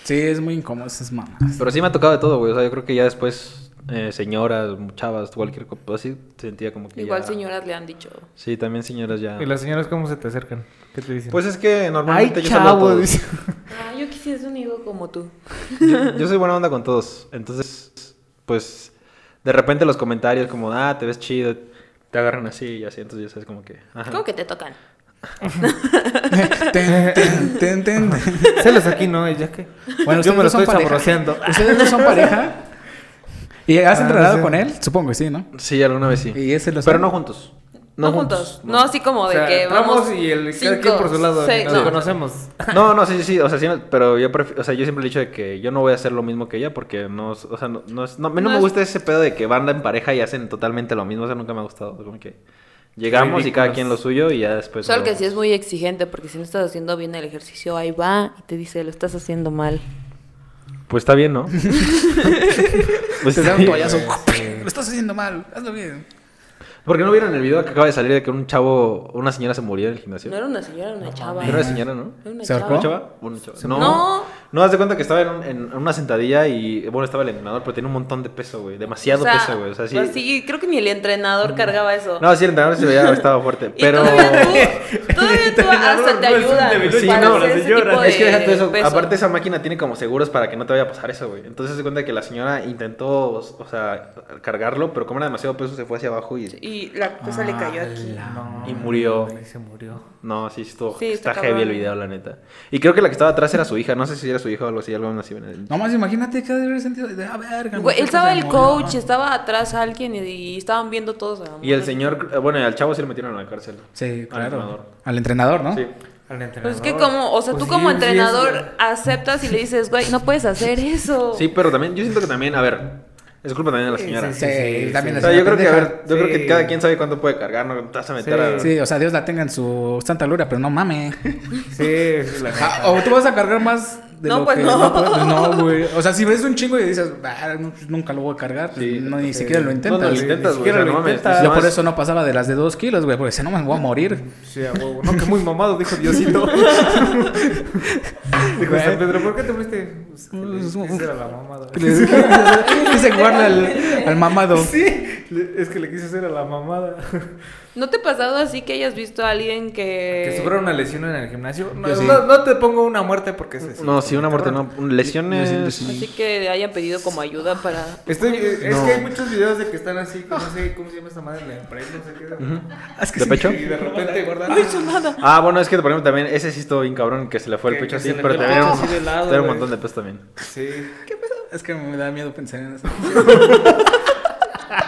Sí, es muy incómodo, esas mamadas. Pero sí me ha tocado de todo, güey, o sea, yo creo que ya después, eh, señoras, chavas, cualquier cosa, así sentía como que Igual ya- señoras le han dicho. Sí, también señoras ya... ¿Y las señoras cómo se te acercan? ¿Qué te dicen? Ah. Pues es que ay, normalmente yo saludo a chavo. todos. Dice. Ah, yo quisiera un hijo como tú. Yo, yo soy buena onda con todos. Entonces, pues, de repente los comentarios como, ah, te ves chido, te agarran así y así. Entonces ya sabes como que... ajá. ¿Cómo que te tocan? Ten, ten, ten, ten. Celos aquí, ¿no? ¿Y ya qué? Bueno, yo ustedes me no lo son estoy pareja. sabroseando. ¿Ustedes no son pareja? ¿Y has Ah, entrenado sí. con él? Supongo que sí, ¿no? Sí, alguna vez sí. Y ese lo Pero sabe. no juntos. este No, juntos. No. así como O de sea, que entramos vamos. y el cada cinco, quien por su lado. seis, nos no. conocemos. No, no, sí, sí, sí. O sea, sí, no- pero yo prefi- o sea, yo siempre he dicho de que yo no voy a hacer lo mismo que ella porque no, o sea, no, no, es- no- a mí no No me es- gusta ese pedo de que van en pareja y hacen totalmente lo mismo. O sea, nunca me ha gustado. Como que llegamos y cada Ridículos. quien lo suyo y ya después... Solo lo- que sí es muy exigente, porque si no estás haciendo bien el ejercicio, ahí va y te dice, lo estás haciendo mal. Pues está bien, ¿no? pues Te está da un bien. toallazo. Lo estás haciendo mal, hazlo bien. ¿Por qué no vieron el video que acaba de salir de que un chavo, una señora se murió en el gimnasio? No era una señora, era una chava. Era una señora, ¿no? Era una ¿Se ahorcó? ¿Una chava. chava? Una chava. No. No. No, haz de cuenta que estaba en, un- en una sentadilla y, bueno, estaba el entrenador, pero tenía un montón de peso, güey. Demasiado O sea, peso, güey. O sea, sí. pues creo que ni el entrenador cargaba eso. No, sí, el entrenador se veía, estaba fuerte. Y Pero. todavía tú, Todavía tú hasta te ayudan. Sí, para no, hacer la ese señora. tipo Es que deja de todo eso. peso. Aparte, esa máquina tiene como seguros para que no te vaya a pasar eso, güey. Entonces se cuenta que la señora intentó, o sea, cargarlo, pero como era demasiado peso, se fue hacia abajo y. Y la cosa le cayó aquí. No, Y murió. güey, se murió. No, sí, esto, Sí, está, está heavy el cabrón. video, la neta. Y creo que la que estaba atrás era su hija. No sé si era su hija o algo así, algo así. No más, imagínate que ha de haber sentido de ah, verga. Güey, mi él estaba jefe el se murió". coach, estaba atrás alguien y, y estaban viendo todos. a la Y el morra. señor, eh, bueno, al chavo sí lo metieron a la cárcel. Sí, Al claro. entrenador. Al entrenador, ¿no? Sí. Al entrenador. Pues es que como, o sea, Pues tú sí, como sí es- entrenador aceptas y le dices, güey, no puedes hacer eso. Sí, pero también, yo siento que también, a ver, es culpa también de la Sí, señora. Sí, Sí, también O la sea, yo creo que, a pendeja. ver, yo creo que Sí. cada quien sabe cuánto puede cargar, no te vas a meter a... Sí, o sea, Dios la tenga en su santa gloria, pero no mames. Sí, sí, la neta. Ah, o tú vas a cargar más de No, lo pues que no. puedes- pues no, güey. O sea, si ves un chingo y dices, "Ah, no, pues nunca lo voy a cargar, pues Sí. no, ni siquiera lo intentas. No, no lo Sí. intentas, Ni güey. o siquiera sea, lo no mames. intentas. Yo No, por es- eso no pasaba de las de dos kilos, güey, porque si no me voy a morir. Sí, a huevo. No, que muy mamado, dijo Diosito. dijo San Pedro, ¿por qué te fuiste? Pues, que le- Esa era la mamada. Dice guarda al, al mamado. Sí, le- es que le quise hacer a la mamada. ¿No te ha pasado así que hayas visto a alguien que... Que sufra una lesión en el gimnasio. No, Yo sí. no- no te pongo una muerte porque es No, sí, una muerte, no. Lesiones... Así que hayan pedido como ayuda para... Estoy, es es eh, No. que hay muchos videos de que están así, que no sé cómo se llama esta madre, la empresa, no sé qué. ¿De pecho? Y de repente guardan. Ah, bueno, es que por ejemplo también ese sí estuvo bien cabrón, que se le fue el Que- pecho que así, se le pero fue el también era pecho así de un, lado, era un güey. montón de peso también. Sí. Es que me da miedo pensar en eso.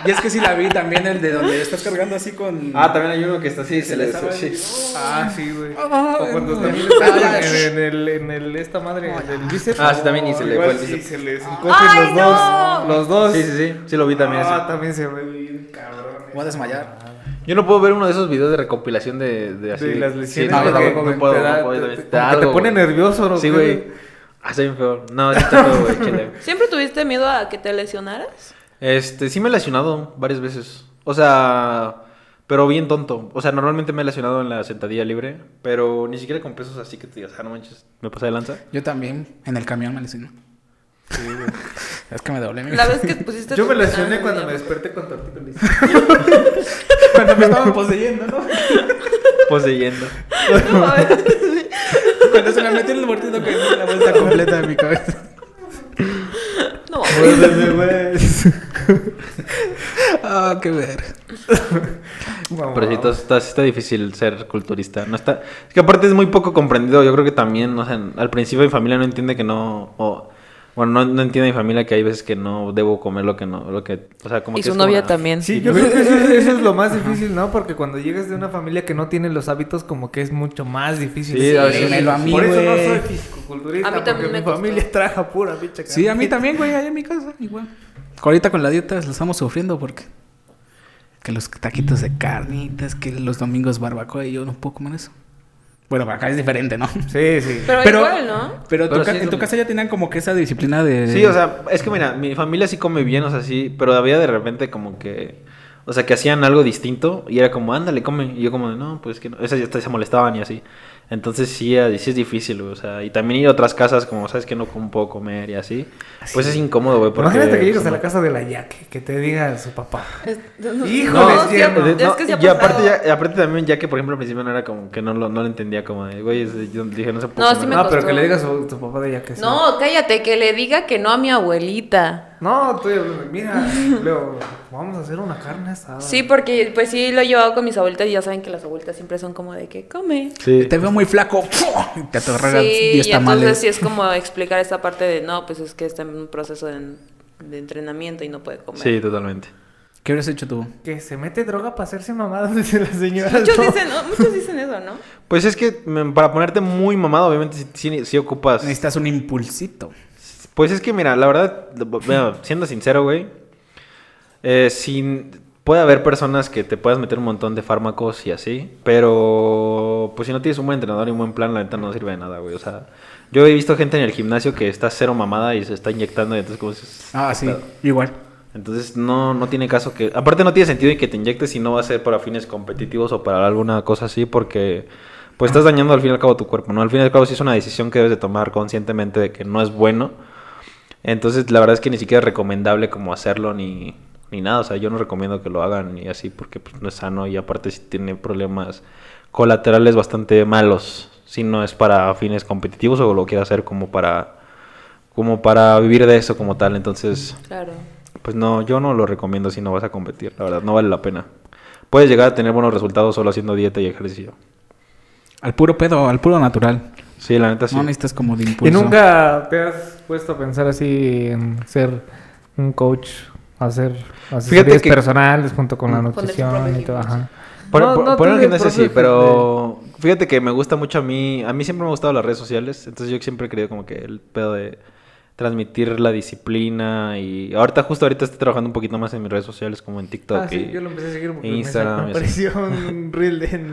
y es que sí la vi también, el de donde estás cargando así con. Ah, también hay uno que está así, se le... estaba- sí. Ah, sí, güey. Ah, O cuando no. Ah, también está en, en el, en el, esta madre, en el bíceps. Ah, sí, también, y se le Igual fue el sí, bíceps. se les ¡Ay, encogen los dos. no! Los dos. Sí, sí, sí, sí lo vi también. Ah, ese. también se ve bien, cabrón. Voy a desmayar. Yo no puedo ver uno de esos videos de recopilación de, de así. De las Sí, lesiones. no, porque no, no, como puedo, te no da- puedo. te- también te- está como que te algo, pone güey. nervioso, ¿no? Sí, güey. Ah, está bien feo. No, sí está feo, güey, chile. ¿Siempre tuviste miedo a que te lesionaras? Este, sí me he lesionado varias veces. O sea, pero bien tonto. O sea, normalmente me he lesionado en la sentadilla libre, pero ni siquiera con pesos así que te digas, ah, no manches, me pasa de lanza. Yo también, en el camión me lesioné. es que me doblé mi La vez que pusiste... Yo tu me pena, lesioné ¿no? cuando me desperté con tu artículo. Cuando me estaban poseyendo, ¿no? Pues Poseyendo. No, a ver. Cuando se me metió en el mortito que me dio la vuelta completa de mi cabeza. No, Ah, qué ver. Pero sí, está, está- sí está difícil ser culturista. No está... Es que aparte es muy poco comprendido. Yo creo que también, no sé, al principio mi familia no entiende que no... o- bueno, no, no entiende mi familia que hay veces que no debo comer lo que no... Lo que, o sea, como Y que su es como novia la- también. Sí, yo creo que eso, es- eso es lo más difícil, ¿no? Porque cuando llegas de una familia que no tiene los hábitos, como que es mucho más difícil. Sí, a ver, dímelo a mí, Por eso no güey. soy fisicoculturista, A mí porque también me mi costó. familia traja pura bicha. Sí, a mí también, güey, ahí en mi casa, igual. Ahorita con la dieta lo estamos sufriendo porque. Que los taquitos de carnitas, que los domingos barbacoa y yo no puedo comer eso. Bueno, para acá es diferente, ¿no? Sí, sí. Pero, igual, ¿no? Pero, tu Pero ca- sí es en lo tu mismo. casa ya tenían como que esa disciplina de. Sí, o sea, es que mira, mi familia sí come bien, o sea, sí, pero había de repente como que, o sea, que hacían algo distinto y era como, ándale, come. Y yo como, de, no, pues que no. Esas ya hasta se molestaban y así. Entonces sí, eh, sí es difícil, güey, o sea, y también ir a otras casas como, sabes que no como puedo comer y así. Pues es incómodo, güey, porque... Ah, Imagínate que llegas pues, a la casa de la Jack, que te diga su papá. No, Híjole, No, es sí, cierto. de- es no, que se ha y aparte, pasado. ya- aparte también, ya que por ejemplo al principio no era como que no lo, no lo entendía como de, güey, es- yo dije, no se puede No, sí comer me nada". No, pero costó. que le digas a su, tu papá de Jack que sí. No, cállate, que le diga que no a mi abuelita. No, tú, mira, Leo, vamos a hacer una carne asada. Sí, porque pues sí lo he llevado con mis abuelitas y ya saben que las abuelitas siempre son como de que come. Sí. Te veo muy flaco. ¡pum! Y Te atorregas Sí, 10 y entonces tamales. sí es como explicar esta parte de no, pues es que está en un proceso de, de entrenamiento y no puede comer. Sí, totalmente. ¿Qué hubieras hecho tú? Que se mete droga para hacerse mamadas de la señora. Muchos, dicen, no, muchos dicen eso, ¿no? Pues es que mm, para ponerte muy mamado, obviamente sí, sí- sí ocupas... Necesitas un impulsito. Pues es que mira, la verdad, lo- mira, siendo sincero, güey, eh, sin, puede haber personas que te puedas meter un montón de fármacos y así, pero pues si no tienes un buen entrenador y un buen plan, la neta no sirve de nada, güey. O sea, yo he visto gente en el gimnasio que está cero mamada y se está inyectando y entonces como dices, Ah, sí, igual. entonces no, no tiene caso que... Aparte no tiene sentido en que te inyectes si no va a ser para fines competitivos o para alguna cosa así porque pues estás dañando al fin y al cabo tu cuerpo, ¿no? Al fin y al cabo sí es una decisión que debes de tomar conscientemente de que no es bueno. Entonces la verdad es que ni siquiera es recomendable como hacerlo ni, ni nada. O sea, yo no recomiendo que lo hagan y así porque pues, no es sano y aparte si tiene problemas colaterales bastante malos. Si no es para fines competitivos o lo quiere hacer como para, como para vivir de eso como tal. Entonces, Claro. pues no, yo no lo recomiendo si no vas a competir. La verdad, no vale la pena. Puedes llegar a tener buenos resultados solo haciendo dieta y ejercicio. Al puro pedo, al puro natural. Sí, la neta sí. No necesitas como de impulso. Pues ¿Y nunca te has puesto a pensar así en ser un coach? Hacer asesorías que- personales junto con la Poner tu nutrición propio y todo. Ajá. Por, No, por- no por el tiene gimnasio sí, propio pero fíjate que me gusta mucho a mí. A mí siempre me han gustado las redes sociales. Entonces yo siempre he querido como que el pedo de transmitir la disciplina. Y ahorita, justo ahorita estoy trabajando un poquito más en mis redes sociales, como en TikTok. Ah, sí, y- yo lo empecé a seguir porque en me- Instagram, me y así. apareció un reel en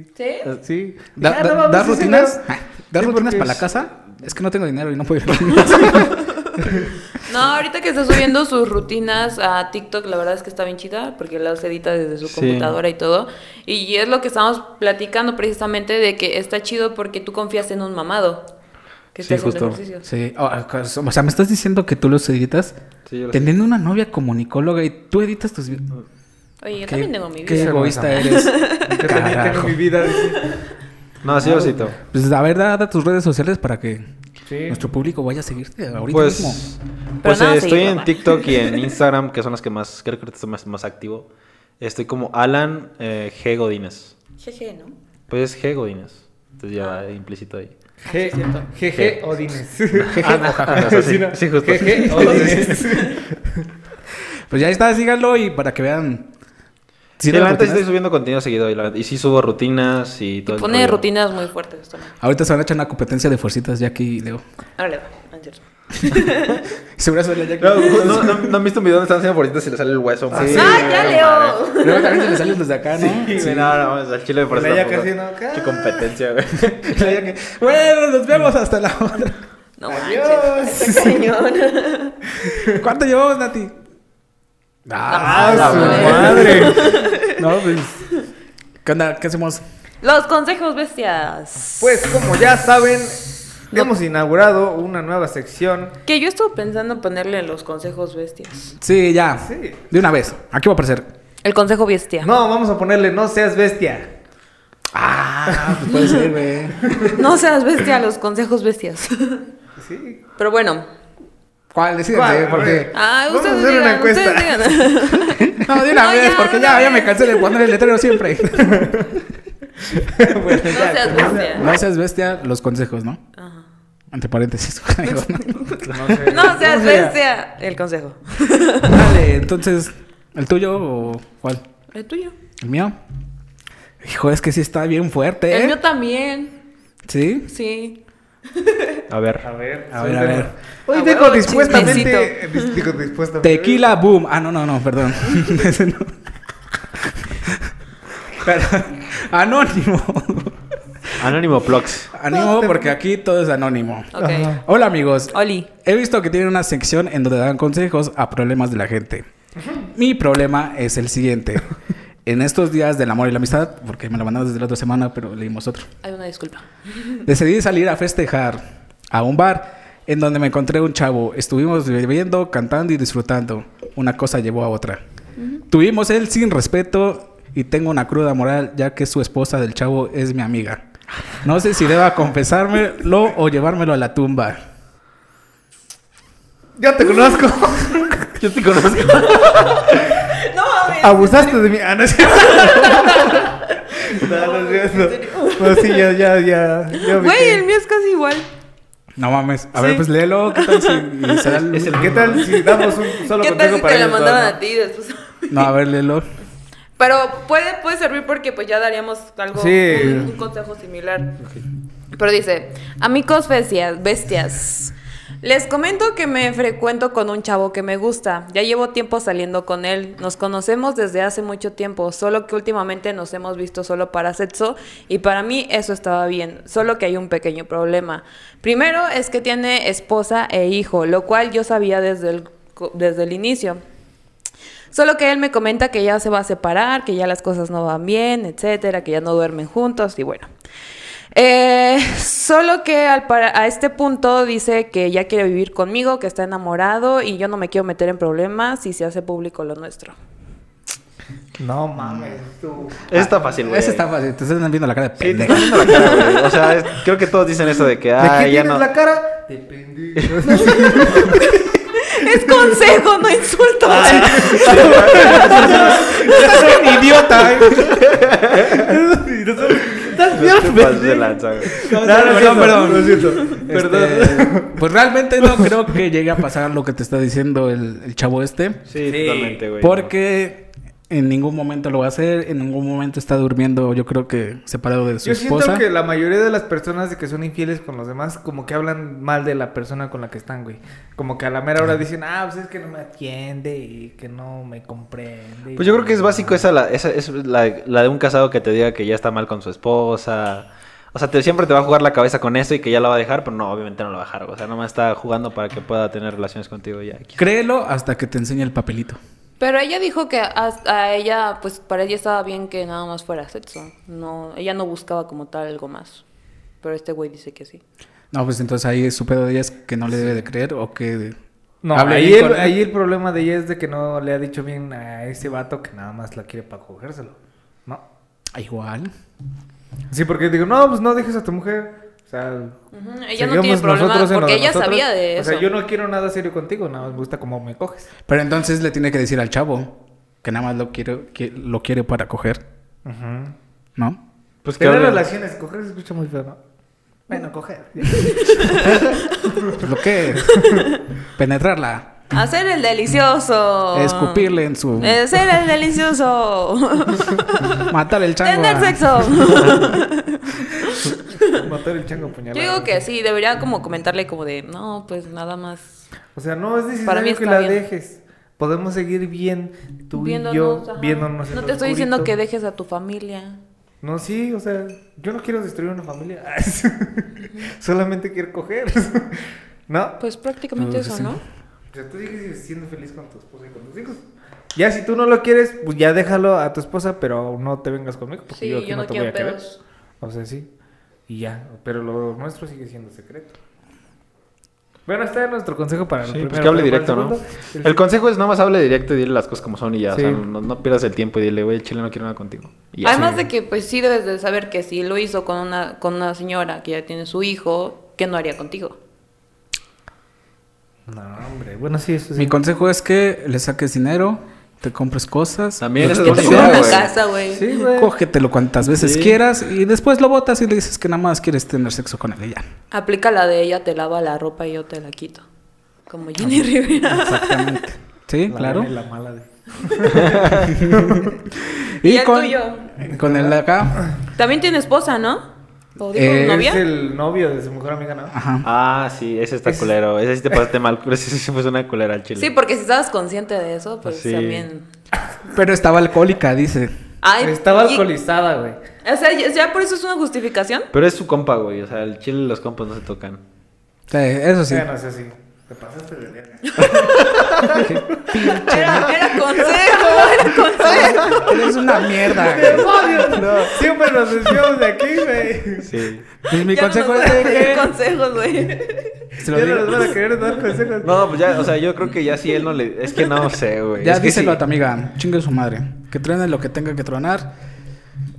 mi... ¿Sí? Sí. Da- Ah, da- no mames, ¿Dar sí, sí, rutinas? no. Ah, ¿Dar Sí, rutinas porque para la es- casa? Es que no tengo dinero y no puedo ir al gimnasio. No, ahorita que está subiendo sus rutinas a TikTok, la verdad es que está bien chida, porque las edita desde su Sí. computadora y todo. Y es lo que estamos platicando precisamente de que está chido porque tú confías en un mamado que Sí, está haciendo justo. ejercicio. Sí, o, o sea, me estás diciendo que tú los editas. Sí, yo lo sé. Teniendo una novia comunicóloga y tú editas tus videos. Oye, yo Qué- también tengo mi vida. Qué egoísta eres. Yo también tengo Carajo. mi vida. dice. No, sí, Osito. Pues a ver, da, da tus redes sociales para que Sí. nuestro público vaya a seguirte ahorita mismo. Pues, pues Pero no, eh, sí, estoy papá. en TikTok y en Instagram, que son las que más, creo que estoy más, más activo. Estoy como Alan eh, G. Godínez. Jeje, ¿no? Pues es G. Godínez. Entonces ya Ah. implícito ahí. G- GG Odines. Ah, no, sí, sí, justo. GG Odines. Pues ya está, síganlo y para que vean. Sí, las la neta sí rutinas. estoy subiendo contenido seguido y, la neta- y sí subo rutinas y Y todo. el pone rollo. rutinas muy fuertes también. Ahorita se van a echar una competencia de fuercitas Jackie y Leo. Órale, va, no es cierto. Seguro eso es la Jackie. No, no, no, no han visto un video donde están haciendo bolitas y le sale el hueso. Sí. ¡Ah, ya, Leo! Luego también se le salen los de acá, ¿no? Sí, güey, no, no, es al chile me parece La ya tampoco. casi no cae. Qué competencia, güey. La Jackie, Bueno, nos vemos hasta la otra. No manches, está cañón. ¿Cuánto llevamos, Nati? Ah, la su madre. No, pues. ¿Qué onda? ¿Qué hacemos? Los consejos bestias. Pues como ya saben, hemos inaugurado una nueva sección. Que yo estuve pensando en ponerle los consejos bestias. Sí, ya. Sí. De una vez. Aquí va a aparecer. El consejo bestia. No, vamos a ponerle no seas bestia. Ah, pues puede ser, güey. No seas bestia, los consejos bestias. Sí. Pero bueno. ¿Cuál? Decídete, ¿Cuál? porque. Ah, Vamos a ustedes hacer digan, una encuesta. ustedes digan. No, de una No, vez, ya, porque de ya, una ya me vez. cansé de poner el letrero siempre. No seas bestia. No seas bestia, los consejos, ¿no? Ajá. Entre paréntesis. No seas No sea. bestia. El consejo. Dale, entonces, ¿el tuyo o cuál? El tuyo. ¿El mío? Hijo, es que sí está bien fuerte, ¿eh? El mío también. ¿Sí? Sí. A ver. A ver, A ver, a ver. Hoy A tengo huevo, dispuestamente. dis- Digo dispuestamente. Tequila boom. Ah, no, no, no, perdón. Ese no. Pero, anónimo. Anónimo Plugs. Anónimo porque aquí todo es anónimo. Ok. Hola, amigos. Oli. He visto que tienen una sección en donde dan consejos a problemas de la gente. Mi problema es el siguiente. En estos días del amor y la amistad, porque me lo mandaron desde la otra semana, pero leímos otro. Hay una disculpa. Decidí salir a festejar a un bar en donde me encontré un chavo. Estuvimos bebiendo, cantando y disfrutando. Una cosa llevó a otra. Tuvimos él sin respeto y tengo una cruda moral ya que su esposa del chavo es mi amiga. No sé si deba confesármelo o llevármelo a la tumba. Yo te conozco. Yo te conozco. No mames. Abusaste de mí. Ah, no es cierto. No, no es cierto. No, sí, ya, ya, ya. ya vi Güey, que- el mío es casi igual. No mames. A Sí. ver, pues léelo. ¿Qué tal si- y se da el- Es el- ¿Qué tal si damos un solo ¿Qué consejo tal si para te la ellos dos, mandaban no? a ti y después? No, a ver, léelo. Pero puede, puede servir porque pues ya daríamos algo, Sí. un, un consejo similar. Pero dice, amigos bestias, bestias, les comento que me frecuento con un chavo que me gusta. Ya llevo tiempo saliendo con él. Nos conocemos desde hace mucho tiempo, solo que últimamente nos hemos visto solo para sexo y para mí eso estaba bien, solo que hay un pequeño problema. Primero es que tiene esposa e hijo, lo cual yo sabía desde el, co- desde el inicio. Solo que él me comenta que ya se va a separar, que ya las cosas no van bien, etcétera, que ya no duermen juntos y bueno. Eh, solo que al para- a este punto dice que ya quiere vivir conmigo, que está enamorado y yo no me quiero meter en problemas si se hace público lo nuestro. No mames, tú. Está fácil, güey. Ese está fácil. Te están viendo la cara de Sí, te pendejo. estás viendo la cara, güey. O sea, es- creo que todos dicen eso de que, ¿De ah, qué ya tienes no. la cara? Depende. Es consejo, no insulto. Estás un idiota, eh. No te pases de lanza, güey. No, No, no es cierto, no, perdón, no es cierto. perdón. Perdón. Este, Pues realmente no creo que llegue a pasar lo que te está diciendo el, el chavo este. Sí, Sí, totalmente, güey. Porque en ningún momento lo va a hacer, en ningún momento está durmiendo, yo creo que separado de su Yo siento esposa. que la mayoría de las personas que son infieles con los demás, como que hablan mal de la persona con la que están, güey. Como que a la mera hora dicen, ah, pues es que no me atiende y que no me comprende. Pues yo creo que es básico esa, la, esa es la, la de un casado que te diga que ya está mal con su esposa. O sea, te, siempre te va a jugar la cabeza con eso y que ya la va a dejar, pero no, obviamente no la va a dejar. O sea, nomás está jugando para que pueda tener relaciones contigo ya. Créelo hasta que te enseñe el papelito. Pero ella dijo que a, a ella, pues para ella estaba bien que nada más fuera sexo. No, ella no buscaba como tal algo más. Pero este güey dice que sí. No, pues entonces ahí su pedo de ella es que no le debe de creer o que No, hable ahí bien el, con él. ahí el problema de ella es de que no le ha dicho bien a ese vato que nada más la quiere para cogérselo. ¿No? Ah, Igual. Sí, porque digo, no, pues no dejes a tu mujer. O sea, Ella no seguimos tiene problema nosotros en lo porque de ella nosotros. sabía de O eso. sea, yo no quiero nada serio contigo, nada más me gusta cómo me coges. Pero entonces le tiene que decir al chavo que nada más lo quiere, que lo quiere para coger, ¿no? Pues Tener relaciones, coger se escucha muy feo, ¿no? Bueno, coger. Pues Lo que es penetrarla. Hacer el delicioso. Escupirle en su- Hacer el delicioso. Matar el chango. Tener ah. a- sexo. Matar el chango Yo puñalado. digo que sí, debería como comentarle como de, no, pues nada más. O sea, no es Para mí necesario que está la bien. dejes. Podemos seguir bien tú y yo, ajá. viéndonos en No lo te estoy diciendo que oscurito. dejes a tu familia. No, sí, o sea, yo no quiero destruir una familia. Solamente quiero coger. ¿No? Pues prácticamente Pues eso, sí. ¿no? O sea, tú sigues siendo feliz con tu esposa y con tus hijos. Ya si tú no lo quieres, pues ya déjalo a tu esposa, pero no te vengas conmigo porque Sí, yo aquí yo no, no te voy quiero a querer. pedos. O sea, sí. Y ya, pero lo nuestro sigue siendo secreto. Bueno, este es nuestro consejo para el Sí, primero. pues que hable pero directo, para el ¿no? segundo, el- El consejo es nada más hable directo y dile las cosas como son y ya. Sí. O sea, no, no pierdas el tiempo y dile, güey, el chile no quiero nada contigo. Y ya. Además Sí. de que, pues sí debes de saber que si lo hizo con una, con una señora que ya tiene su hijo, ¿qué no haría contigo? No, hombre. Bueno, sí, eso sí. Mi consejo es que le saques dinero, te compres cosas. También lo esa que Que es te te buena compre idea, compras. una güey. casa, güey. Sí, güey. Cógetelo cuantas veces Sí. quieras y después lo botas y le dices que nada más quieres tener sexo con él y ya. Aplica la de ella, te lava la ropa y yo te la quito. Como Jenny Rivera. Ah, Exactamente. Sí, La claro. buena y La mala de... Y el tuyo. con el de acá. También tiene esposa, ¿no? ¿O dijo Eh, novia? Es el novio de su mejor amiga, ¿no? Ajá. Ah, sí, ese está Es- culero. Ese sí te pasaste mal. Ese sí fue una culera al chile. Sí, porque si estabas consciente de eso, pues Sí. también. Pero estaba alcohólica, dice. Ay, Pues Estaba y- alcoholizada, güey. O sea, ya, ya por eso es una justificación. Pero es su compa, güey. O sea, el chile y los compas no se tocan. Sí, eso O sí. sea, no sé si... Te pasaste de verga. Era, era consejo, era consejo. Eres una mierda. ¡Te güey. odio! Siempre nos desviamos de aquí, güey. Sí. Pues mi Ya no consejo nos es vas a pedir que consejos, güey. se lo Ya no digo. nos van a querer dar consejos. No, pues ya, o sea, yo creo que ya si él no le. Es que no sé, güey. Ya es que díselo sí. a tu amiga, chingue su madre. Que truene lo que tenga que tronar.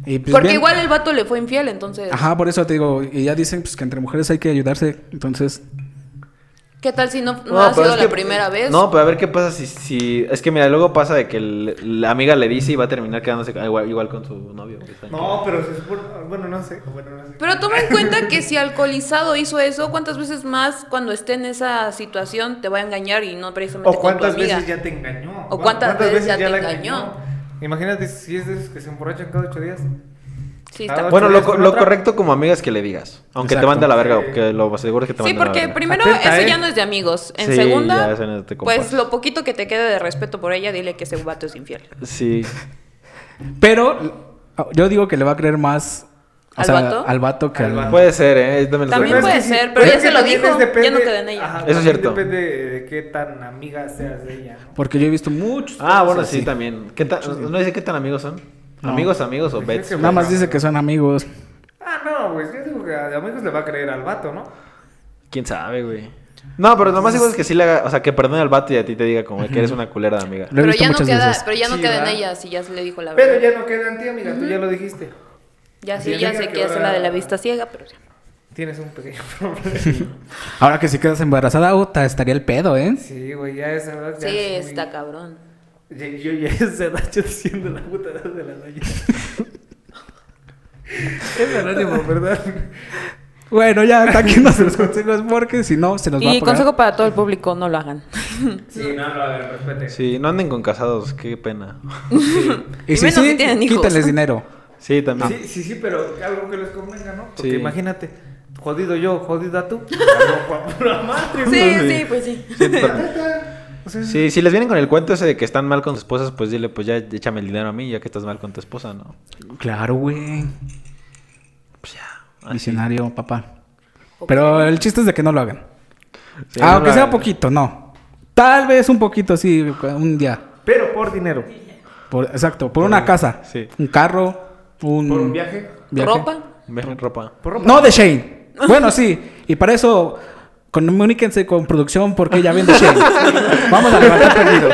Y pues Porque bien. igual el vato le fue infiel, entonces. Ajá, por eso te digo. Y ya dicen pues, que entre mujeres hay que ayudarse. Entonces, ¿Qué tal si no, no No, ha pero sido es la que- primera vez? No, pero a ver qué pasa si, si. Es que mira, luego pasa de que el- la amiga le dice y va a terminar quedándose con- igual, igual con su novio. que está en- No, pero se supone... Bueno, no sé. Bueno, no sé. Pero toma en cuenta que si alcoholizado hizo eso, ¿cuántas veces más cuando esté en esa situación te va a engañar y no precisamente O cuántas con tu amiga? veces ya te engañó. O cuántas veces ya te la engañó. Imagínate si es de esos que se emborrachan cada ocho días. Sí, está- Bueno, lo, Ocho días con lo otra. correcto como amiga es que le digas. Aunque Exacto. te manda a la verga, que lo seguro es que te Sí, manda a la porque verga. primero Atenta, eso ¿eh? ya no es de amigos. En Sí, ya, segunda, eso no es de compas. pues lo poquito que te quede de respeto por ella, dile que ese vato es infiel. Sí. Pero yo digo que le va a creer más o ¿Al sea, vato? al vato que Al al- vato. Puede ser, ¿eh? Yo También, lo También creo. puede es que sí, ser, pero es ya que se lo también dijo, es depende- ya no quedó en ella. Eso es también cierto. Depende de qué tan amiga seas de ella. ¿no? Porque yo he visto muchos. Ah, bueno, casos sí, así. también. ¿Qué tan- no dice qué tan amigos son. No. ¿Amigos, amigos o Yo bets? creo Nada más dice que son amigos. Ah, no, pues yo digo que a amigos le va a creer al vato, ¿no? ¿Quién sabe, güey? No, pero lo más seguro es que sí le haga, o sea, que perdone al vato y a ti te diga como que eres una culera de amiga. Pero ya, no queda, pero ya no Sí, queda en ¿verdad? ella si ya se le dijo la verdad. Pero ya no queda en ti, amiga, tú ya lo dijiste. ya sí, ya ya diga sé que que es ahora- la de la vista ciega, pero ya. Tienes un pequeño problema. Ahora que si quedas embarazada, puta, estaría el pedo, ¿eh? Sí, güey, ya esa edad ya Sí, es muy- está cabrón. Ya- Yo ya esa edad yo diciendo la puta edad de la doña. es anónimo, ¿verdad? Bueno, ya ataquenos los consejos porque si no, se nos va a Y apagar. consejo para todo el público, no lo hagan. Sí, no, no, a ver, respete. Sí, no anden con casados, qué pena. Y Y si menos sí, si tienen hijos. quítales dinero. Sí, también. Sí, sí, sí, pero algo que les convenga, ¿no? Porque Sí. imagínate, jodido yo, jodida tú. No, pura madre, güey. Sí, Sí. sí, pues sí. Sí, totalmente. Sí, si les vienen con el cuento ese de que están mal con sus esposas, pues dile, pues ya échame el dinero a mí, ya que estás mal con tu esposa, ¿no? Claro, güey. Pues ya. así. Visionario, papá. Pero el chiste es de que no lo hagan. Sí, no Ah, Aunque lo sea hagan. poquito, no. Tal vez un poquito, sí, un día. Pero por dinero. Por- exacto, por una casa. sí. Un carro, un... Por un viaje. viaje. Ropa. Ve- ropa. Por ropa. Mm. No de Shane. Bueno, sí. Y para eso, comuníquense con producción porque ya vende Shane. Vamos a levantar perdido.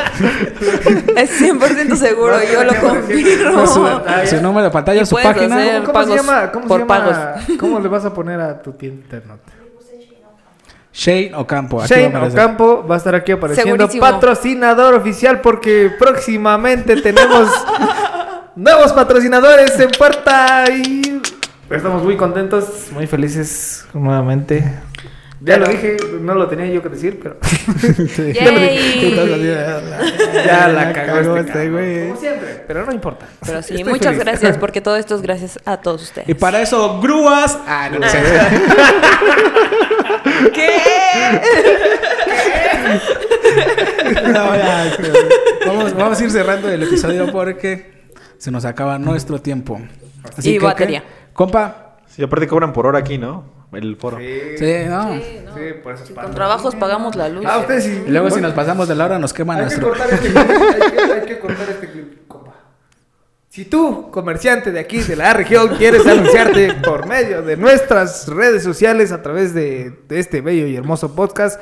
Es 100% seguro, No, yo lo no, confirmo. no, Su, no, no. su número de pantalla, Ah, Y su puedes página. hacer- ¿Cómo Pagos se llama? ¿Cómo por se llama? pagos. ¿Cómo le vas a poner a tu tienda internet? Shane Ocampo. aquí Shane va a aparecer. Ocampo va a estar aquí apareciendo Segurísimo. patrocinador oficial porque próximamente tenemos nuevos patrocinadores en puerta y estamos muy contentos, muy felices nuevamente. Ya lo dije, no lo tenía yo que decir, pero Yay. ya la cagó este este güey. güey. Como siempre, pero no importa. Pero sí, Estoy muchas feliz. gracias, porque todo esto es gracias a todos ustedes. Y para eso, grúas. Ah, no sé. ¿Qué? No, ya, creo. vamos, vamos a ir cerrando el episodio porque se nos acaba nuestro tiempo. Y ¿qué? batería. Compa. Sí, aparte cobran por hora aquí, ¿no? El foro. Sí, no. Eh, Sí, por eso es Con padre. trabajos pagamos la luz. Ah, ustedes sí. Y luego si nos pasamos de la hora nos quema Hay que nuestro... cortar este clip. Hay que, hay que cortar este clip, compa. Si tú, comerciante de aquí, de la región, quieres anunciarte por medio de nuestras redes sociales a través de, de este bello y hermoso podcast,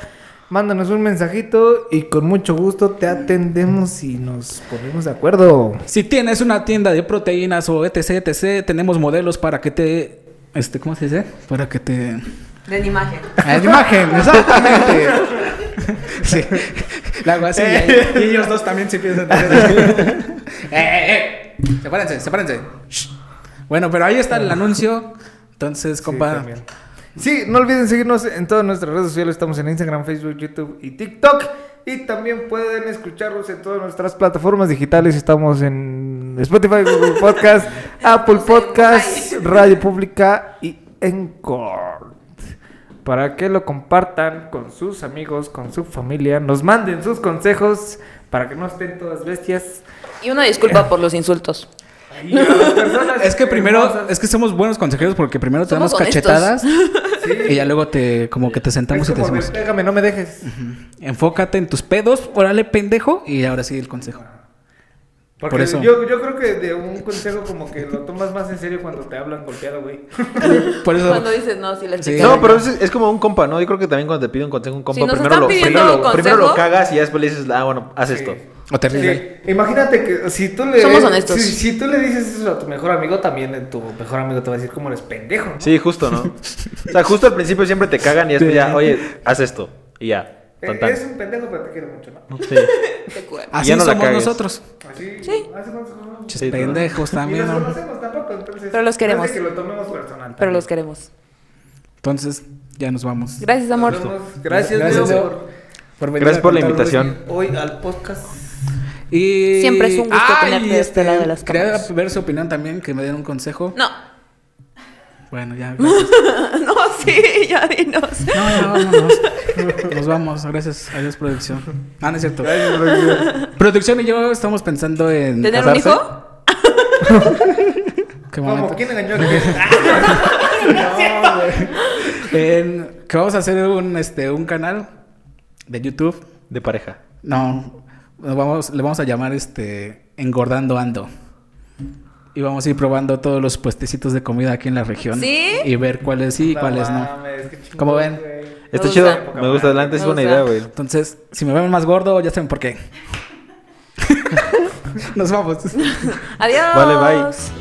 mándanos un mensajito y con mucho gusto te atendemos y nos ponemos de acuerdo. Si tienes una tienda de proteínas o etc, etc, tenemos modelos para que te... Este, ¿Cómo se dice? Para que te... De imagen. Ah, es imagen, exactamente. sí. La hago así. Eh. y- Y ellos dos también se piensan. ¡Eh, eh, eh! Sepárense, sepárense. Shh. Bueno, pero ahí está el anuncio. Entonces, compa. Ah. también. Sí, no olviden seguirnos en todas nuestras redes sociales. Estamos en Instagram, Facebook, YouTube y TikTok. Y también pueden escucharnos en todas nuestras plataformas digitales. Estamos en Spotify, Google Podcast, Apple Podcast, Radio Pública y Encore. Para que lo compartan con sus amigos, con su familia. Nos manden sus consejos para que no estén todas bestias. Y una disculpa por los insultos. Y a las personas es que primero, hermosas. es que somos buenos consejeros porque primero te Somos damos honestos. cachetadas y ya luego te como que te sentamos Es y te como de, decimos, pégame, no me dejes. enfócate en tus pedos, órale pendejo y ahora sí el consejo. Porque Por eso. Yo, yo creo que de un consejo como que lo tomas más en serio cuando te hablan golpeado, güey. Por eso Cuando dices no, sí la Sí. chica. No, pero es, es como un compa, ¿no? Yo creo que también cuando te piden un consejo, un compa, Si nos primero, están lo, pidiendo primero, lo, consejo- primero lo cagas y ya después le dices, ah, bueno, haz esto. o te ríes. de él. Sí. Imagínate que si tú le... Somos honestos. Si, si tú le dices eso a tu mejor amigo, también eh, tu mejor amigo te va a decir como eres pendejo. ¿no? Sí, justo, ¿no? o sea, justo al principio siempre te cagan y después ya, oye, haz esto. Y ya. Eh, Tan, tan. Eres un pendejo, pero te quiero mucho, ¿no? Sí. Te cuero. Así ya no la somos cagues. nosotros. Así, Sí. hace cuántos años. Chis, Sí, ¿no? pendejos Y también. los ¿no? conocemos tampoco, entonces... Pero los no es de queremos. que lo tomemos personal. Pero también. los queremos. Entonces, ya nos vamos. Gracias, amor. Nos vemos. Gracias, Gracias, Leo, Leo. por Por venir Gracias a por la contarnos invitación. hoy al podcast. Y... Siempre es un gusto Ay, tenerte de este lado de las quería cámaras. ver su opinión también, que me dieron un consejo. No. Bueno, ya. gracias. No, sí, ya dinos. No, ya vámonos. Nos vamos. Gracias. Adiós, producción. Ah, no es cierto. Producción y yo estamos pensando en. ¿Tener un casarse. hijo? ¿Qué Como, momento? ¿quién engañó? a quién? En- que vamos a hacer un, este, un canal de YouTube. De pareja. No. nos Vamos, le vamos a llamar este. Engordando Ando. Y vamos a ir probando todos los puestecitos de comida aquí en la región. ¿Sí? Y ver cuáles sí y No cuáles no. mames, qué chingón, Como ven, güey. Está gusta. chido, Poca me gusta. madre. Adelante, es Me buena gusta. idea, güey. Entonces, si me ven más gordo, ya saben por qué. Nos vamos. Adiós. Vale, bye.